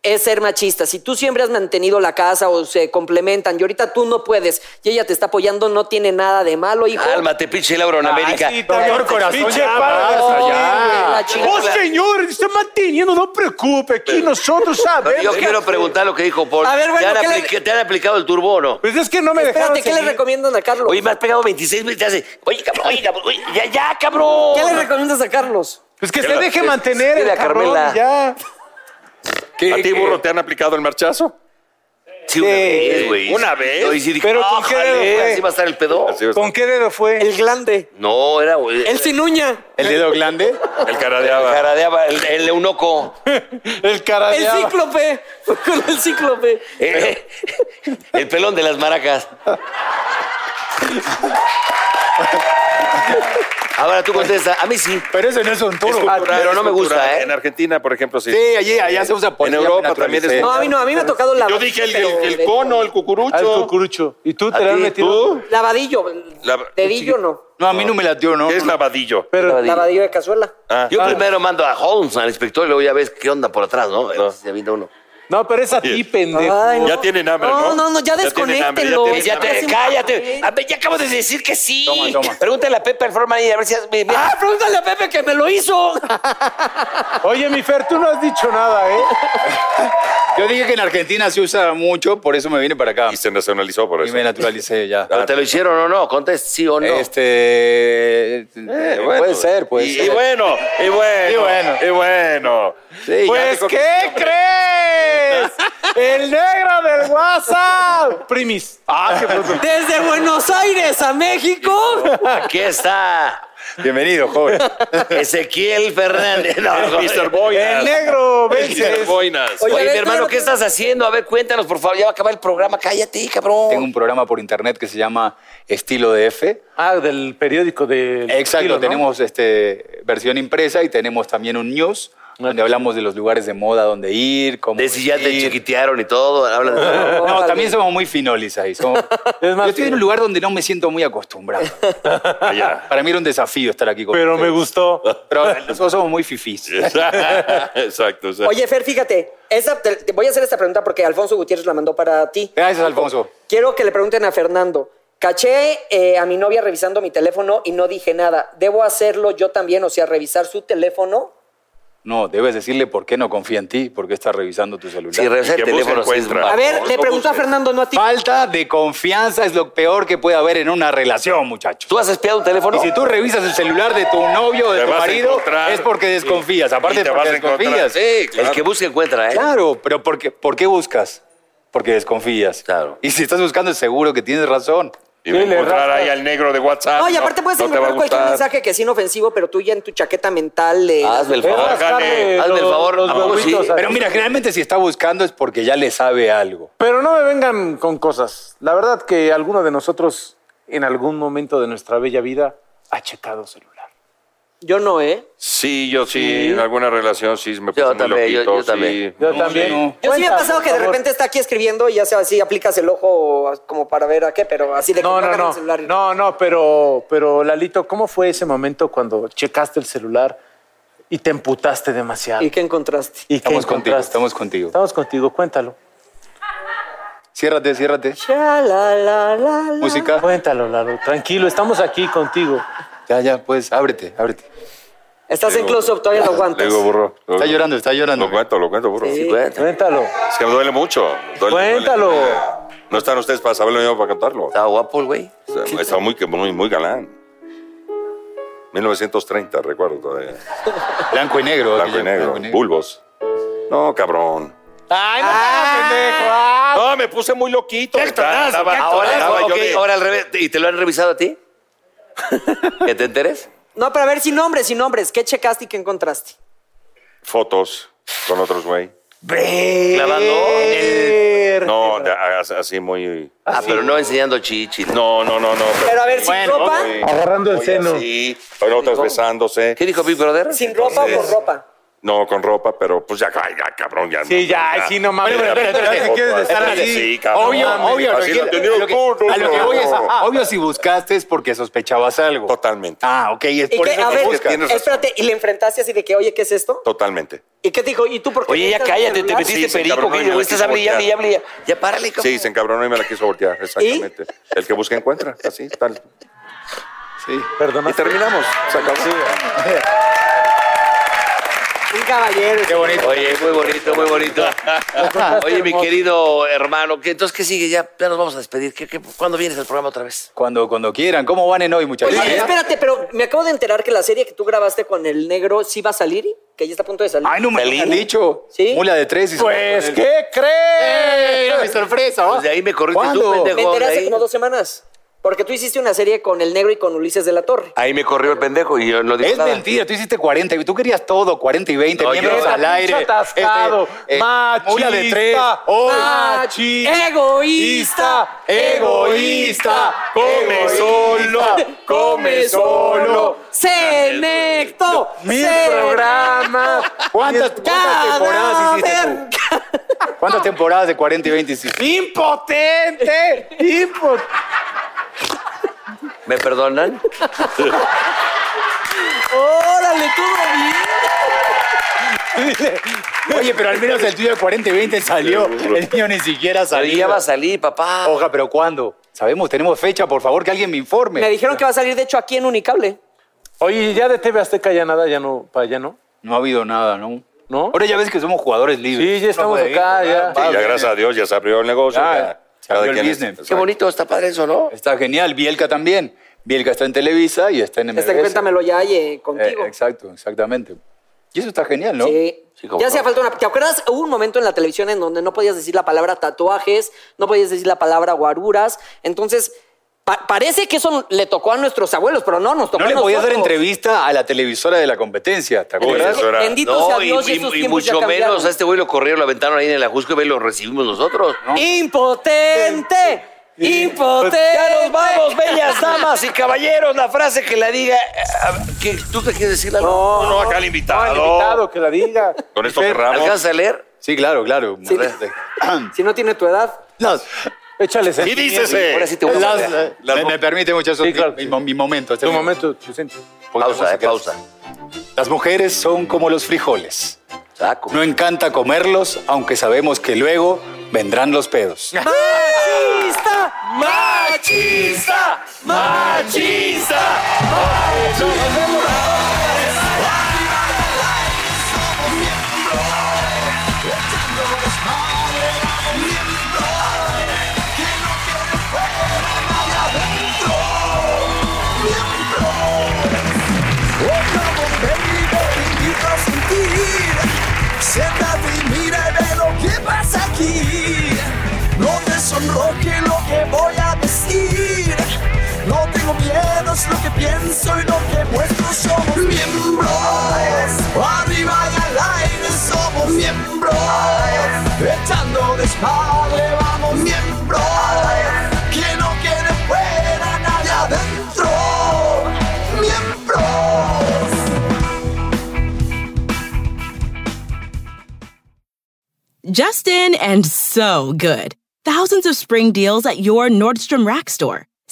S2: es ser machista. Si tú siempre has mantenido la casa o se complementan y ahorita tú no puedes y ella te está apoyando, no tiene nada de malo, hijo.
S3: Cálmate, pinche Laura en América.
S4: sí, también.
S7: Doctor Corazón,
S4: Pinche
S7: ya
S4: padre,
S7: basta,
S4: sí,
S7: ya.
S4: güey.
S2: La chingada.
S4: Oh, señor, está manteniendo, no preocupe. Aquí nosotros sabemos.
S3: Yo quiero preguntar lo que dijo Paul.
S2: A ver, bueno,
S3: ¿Te han,
S2: ¿qué le-
S3: aplica- te han aplicado el turbo o no?
S4: Pues es que no me dejaron.
S2: Espérate, ¿qué le
S4: seguir.
S2: recomiendan a Carlos?
S3: Oye, me has pegado 26 mil y te hace. Oye, cabrón, oye, cabrón, oye, ya, ya, cabrón.
S2: ¿Qué le recomiendas a Carlos?
S4: Pues que
S5: Yo
S4: se
S5: la-
S4: deje
S5: es-
S4: mantener.
S3: dile
S4: el
S3: a
S4: cabrón y
S3: Carmela.
S4: Ya.
S5: ¿A ti, burro, te han aplicado el marchazo?
S3: Sí, una
S4: Sí.
S3: vez, güey.
S5: ¿Una vez?
S3: No, y sí dije,
S4: Pero ¿con qué
S3: "Ójale,
S4: dedo fue?"
S3: así va a estar el pedo.
S5: Así es.
S4: ¿Con qué dedo fue?
S2: El glande.
S3: No, era. güey,
S2: El sin uña.
S4: <laughs>
S7: ¿El dedo grande?
S5: El caradeaba.
S3: Caradeaba el, el eunuco.
S4: El cara
S2: El cíclope. <laughs> Fue con el cíclope.
S3: Eh, <laughs> el pelón de las maracas. Ahora tú contesta. A mí sí.
S7: Pero eso no es un toro.
S3: pero no me gusta, ¿eh?
S5: En Argentina, por ejemplo, sí.
S7: Sí, allí, allá se usa por
S5: En Europa también es-
S2: No, a mí no, a mí me ha tocado la.
S5: Yo dije el, el- el
S2: pero-
S5: cono, Ah, el cucurucho.
S4: Al cucurucho. ¿Y tú te
S3: ¿A
S4: la has
S3: ti?
S4: metido?
S2: Lavadillo.
S5: La-
S2: Dedillo no.
S7: No, a mí no me latió, ¿no?
S5: ¿Qué es lavadillo? Ah.
S4: Pero-
S3: Lavadillo.
S2: Lavadillo de cazuela.
S3: Yo primero mando a Holmes, al inspector, y luego ya ves qué onda por atrás, ¿no? Se avienta uno.
S4: No, pero es a ti, pendejo.
S2: Ay,
S5: Ya tienen hambre,
S2: No,
S5: ¿no?
S2: no, no, ya
S5: Ya tienen hambre, ya
S2: desconéctenlo.
S5: tienen
S3: Ya te, cállate. A ver, ya acabo de decir que sí.
S7: Toma, toma.
S3: Pregúntale a Pepe al forma ahí, a ver si. has- me- me-
S2: Ah, pregúntale a Pepe que me lo hizo.
S4: Oye, mi Fer, tú no has dicho nada, ¿eh?
S7: Yo dije que en Argentina se usa mucho, por eso me vine para acá.
S5: Y se nacionalizó por
S7: Y
S5: eso.
S7: me naturalicé ya.
S3: Pero Ah, te lo hicieron o no, contesta sí o no.
S7: Este. eh,
S5: bueno.
S7: Puede ser, puede
S5: Y,
S7: ser.
S5: y bueno, y bueno,
S7: Y bueno.
S5: y bueno.
S7: Sí, ya
S4: Pues,
S7: te copié.
S4: ¿qué crees? El negro del WhatsApp. Primis. Ah, qué puto.
S2: Desde Buenos Aires a México.
S3: Aquí está
S7: Bienvenido, joven.
S3: Ezequiel Fernández. No, no,
S5: Mr.
S4: El
S5: Boinas.
S4: negro,
S5: Mr.
S4: vences.
S5: <laughs> Boinas.
S3: Oye,
S2: a ver,
S3: mi hermano,
S2: claro
S3: ¿qué
S2: que-
S3: estás haciendo? A ver, cuéntanos, por favor. Ya va a acabar el programa. Cállate, cabrón.
S7: Tengo un programa por internet que se llama Estilo DF.
S4: Ah, del periódico de.
S7: Exacto, tenemos este, versión impresa y tenemos también un news donde hablamos de los lugares de moda, donde ir, cómo
S3: De si ya te
S7: vestir.
S3: chiquitearon y todo. Hablan de todo.
S2: <laughs>
S7: No,
S2: Órale.
S7: también somos muy finolis
S5: <laughs>
S7: ahí. somos-
S4: Es más,
S7: yo estoy en un lugar donde no me siento muy acostumbrado.
S5: Allá.
S7: Para mí era un desafío estar aquí con
S4: Pero me
S7: ustedes.
S4: gustó.
S7: Pero nosotros somos muy fifís.
S5: Exacto, exacto.
S2: Oye, Fer, fíjate. esa- te- te voy a hacer esta pregunta porque Alfonso Gutiérrez la mandó para ti.
S7: Gracias, Alfonso.
S2: Quiero que le pregunten a Fernando. Caché eh, a mi novia revisando mi teléfono y no dije nada. ¿Debo hacerlo yo también? O sea, revisar su teléfono.
S7: No, debes decirle por qué no confía en ti, por qué estás revisando tu celular.
S3: Si revisa el
S5: que vos
S3: teléfono, sí es
S5: encuentras.
S3: malo.
S2: A ver, le
S5: no
S2: pregunto a
S3: pues,
S2: Fernando, no a ti.
S7: Falta de confianza es lo peor que puede haber en una relación, muchachos.
S3: ¿Tú has espiado un teléfono?
S7: Y si tú revisas el celular de tu novio o de
S5: Te
S7: tu
S5: vas a
S7: marido,
S5: encontrar.
S7: es porque desconfías.
S5: Y-
S7: Aparte,
S5: y te
S7: porque
S5: vas a encontrar.
S7: desconfías.
S5: Sí, claro.
S3: El que busca encuentra, ¿eh?
S7: Claro, pero ¿por qué, por qué buscas? Porque desconfías.
S3: Claro.
S7: Y si estás buscando, seguro que tienes razón.
S3: Y me
S4: Sí, le
S3: encontrar
S4: raspas.
S3: ahí al negro de WhatsApp.
S2: No, y aparte puedes
S3: no te va
S2: encontrar
S3: a
S2: cualquier
S3: gustar. Ah,
S2: mensaje que es inofensivo, pero tú ya en tu chaqueta mental le...
S3: Hazme el
S4: Es
S3: favor.
S4: rascarle
S3: Jale, hazme el
S4: los-
S3: favor.
S4: los
S3: ¿a poco sí?
S4: huevitos a-
S7: Pero mira, generalmente si está buscando es porque ya le sabe algo.
S4: Pero no me vengan con cosas. La verdad que alguno de nosotros en algún momento de nuestra bella vida ha checado celular.
S2: Yo no, ¿eh?
S5: Sí, yo sí, en alguna relación sí me puse
S3: Yo
S5: muy
S3: también, yo-
S5: loquito,
S3: yo también.
S5: sí.
S4: Yo
S7: No,
S4: también.
S7: yo no.
S2: Yo sí me ha
S4: Cuenta,
S2: pasado
S4: por
S2: que de
S4: favor.
S2: repente está aquí escribiendo y ya sea así, aplicas el ojo como para ver a qué, pero así de que
S4: No, no,
S2: págame el
S4: no.
S2: celular y-
S4: No, no, pero, pero Lalito, ¿cómo fue ese momento cuando checaste el celular y te emputaste demasiado?
S2: ¿Y qué encontraste?
S4: ¿Y qué
S7: Estamos contigo,
S4: encontraste?
S7: estamos contigo.
S4: Estamos contigo, cuéntalo.
S7: Ciérrate, ciérrate.
S2: Cha, la, la, la, la.
S7: Música.
S4: Cuéntalo, Lalo. Tranquilo, estamos aquí contigo.
S7: Ya, ya, pues, ábrete, ábrete.
S2: Estás en close-up, todavía lo
S5: Le
S2: aguantas.
S5: digo, burro.
S7: Está llorando, está llorando.
S5: Lo cuento, lo cuento, burro.
S2: Sí.
S4: Cuéntalo.
S5: Es que me duele mucho. duele, duele.
S4: Cuéntalo.
S5: No están ustedes para saberlo, yo para cantarlo.
S3: Estaba guapo el güey.
S5: Está- Está muy, muy, muy galán. 1930, recuerdo todavía.
S7: Blanco y negro.
S5: Blanco y
S7: aquello,
S5: negro, bulbos. No, cabrón.
S7: Ay, no, pendejo.
S5: No, me puse muy loquito. Estaba-
S3: Ahora,
S5: estaba yo
S3: ok,
S5: de-
S3: ahora al revés. ¿Y te lo han revisado a
S5: <laughs>
S3: ti? ¿Que te enteres?
S2: No, pero a ver, sin nombres, sin nombres. ¿Qué checaste y qué encontraste?
S5: Fotos con otros güey. Eh,
S3: Clavando en el-
S5: <laughs> No, de- a- así muy.
S3: Ah, pero no enseñando chichi. No.
S5: No, no, no, no.
S2: Pero a ver, sin ropa,
S5: Sí.
S4: Agarrando el
S5: Oye,
S4: seno.
S5: Sí, pero otras besándose.
S3: ¿Qué dijo Big Brother?
S2: sin ropa o con ropa.
S5: No, con ropa, pero pues ya, ay, ya, cabrón, ya.
S4: Sí, ya, ay, sí, no mames.
S5: Bueno,
S4: Pero, pero, pero, si quieres estar así.
S5: Sí, cabrón.
S7: Obvio, obvio.
S5: Así
S7: que-
S5: lo tenía
S7: a lo que-
S5: tú, tú,
S7: a lo que
S5: tú.
S7: voy es, obvio si buscaste es porque sospechabas algo.
S5: Totalmente,
S7: Ah, ok, es
S2: ¿Y
S7: por
S2: qué?
S7: eso
S2: A
S7: que
S2: ver,
S7: buscas.
S5: tienes razón.
S2: espérate, y le enfrentaste así de que, oye, ¿qué es esto?
S5: totalmente.
S2: ¿Y qué te dijo? ¿Y tú por qué?
S3: Oye, ya
S2: estás en
S3: cállate, te
S2: celular?
S3: metiste
S5: Sí, se
S3: perico.
S5: encabronó y
S3: güey,
S5: me la
S3: Estás
S5: quiso
S3: hable y hable y
S5: voltear.
S3: hable. Ya, ya párale, cabrón.
S5: Sí, se encabronó y me la quiso voltear, exactamente. El que busca encuentra, así, tal.
S7: Sí.
S5: Y terminamos. Se acabó.
S2: Un caballero.
S7: Qué bonito.
S3: Oye, muy bonito, muy
S5: <laughs>
S3: bonito. Oye, mi querido hermano, ¿qué- entonces, ¿qué sigue? Ya, ya nos vamos a despedir. ¿Qué, qué- cuándo vienes al programa otra vez?
S7: Cuando, cuando quieran. ¿Cómo van en hoy, muchachos?
S2: Oye, espérate, pero me acabo de enterar que la serie que tú grabaste con el negro sí va a salir, que ya está a punto de salir.
S7: Ay, no me lo han dicho.
S2: Sí.
S7: Mula de tres. Y
S4: Pues, ¿qué crees?
S7: Era mi sorpresa.
S3: Pues de ahí me corriste tú,
S7: ¿Cuándo?
S2: me
S3: pendejo.
S2: enteré
S3: de
S2: hace
S3: ahí.
S2: como dos semanas. Porque tú hiciste una serie con el negro y con Ulises de la
S7: <laughs>
S2: Torre.
S3: Ahí me corrió el pendejo y yo no dije
S7: Es
S3: nada.
S7: mentira, tú hiciste 40, y tú querías todo, 40 y 20,
S3: No,
S7: miembros
S3: yo-
S7: al aire. Este, eh,
S4: atascado, machista,
S7: mula de tres, hoy.
S4: machista,
S2: egoísta,
S7: egoísta, come solo, come solo.
S2: Senecto,
S4: Mil
S2: se-
S4: programas.
S7: ¿Cuántas, cuántas temporadas hiciste tú? ¿Cuántas temporadas de 40 y 20 hiciste?
S4: ¡Impotente! ¡Impotente!
S3: ¿Me perdonan?
S2: Órale, todo bien.
S7: Oye, pero al menos el tuyo de 40 y 20 salió. El mío ni siquiera
S3: Pero ya
S7: salió.
S3: va a salir, papá.
S7: Oja, pero ¿cuándo? Sabemos, tenemos fecha, por favor, que alguien me informe.
S2: Me dijeron que va a salir, de hecho, aquí en Unicable.
S4: Oye, ya de TV Azteca ya nada, ya no, para allá no.
S7: No ha habido nada, ¿no?
S4: ¿No?
S7: Ahora ya ves que somos jugadores libres.
S4: Sí, ya estamos acá, ya.
S5: Sí, ya gracias a Dios ya se abrió el negocio.
S7: Ya,
S5: ya.
S7: se
S5: Cada
S7: abrió el
S5: quien
S7: business.
S5: es-
S3: Qué bonito, está padre eso, ¿no?
S7: Está genial. Bielka también. Bielka está en Televisa y está en MBS.
S2: Este cuéntamelo ya y, eh,
S7: Eh,
S2: contigo.
S7: exacto, exactamente. Y eso está genial, ¿no?
S2: Sí.
S3: Sí, cómo
S2: ya
S3: no.
S2: hacía falta una. ¿Te acuerdas? Hubo un momento en la televisión en donde no podías decir la palabra tatuajes, no podías decir la palabra guaruras. Entonces, pa- parece que eso le tocó a nuestros abuelos, pero no, nos tocó
S7: No le
S2: a
S7: podías dar
S2: nosotros.
S7: entrevista a la televisora de la competencia, ¿te acuerdas?
S5: Eso era-
S2: Bendito sea
S3: No, y,
S2: Dios, y,
S3: y-
S2: esos
S3: y
S2: tiempos ya
S3: mucho
S2: cambiaron.
S3: menos a este güey lo corrieron, lo aventaron ahí en el ajusco y ve, lo recibimos nosotros.
S2: ¡Impotente! ¡Impotente!
S3: Ya nos vamos, bellas damas y caballeros. La frase que la diga. eh, a- que ¿Tú te quieres decirla?
S5: No, no, acá el invitado.
S4: Al invitado, que la diga.
S5: Con esto
S7: Fer,
S5: cerramos.
S3: ¿Alcanza a leer?
S7: Sí, claro, claro.
S2: Si no tiene tu edad,
S7: Las-
S4: Échale
S5: Y
S3: Ahora
S5: dícese.
S3: sí te voy a
S7: las-
S3: poner-
S5: Las-
S7: me, me permite, muchachos,
S4: Sí, claro.
S7: mi, mi- mi momento. este
S4: Tu momento, Chusente.
S3: Pausa, eh, pausa.
S7: Las mujeres son como los frijoles.
S3: Saco.
S7: No encanta comerlos, aunque sabemos que luego vendrán los pedos.
S3: ¡Machista! ¡Machista!
S1: Vamos, baby, te invito a sentir. Siéntate y mira y ve lo que pasa aquí. No te sonroje lo que voy a decir. es lo que pienso y lo que muestro. Somos miembros. Arriba y al aire somos miembros. Echando desmadre vamos miembros. Quien no quiere fuera, nadie adentro. Miembros.
S5: Justin and so good. Thousands of spring deals at your Nordstrom Rack store.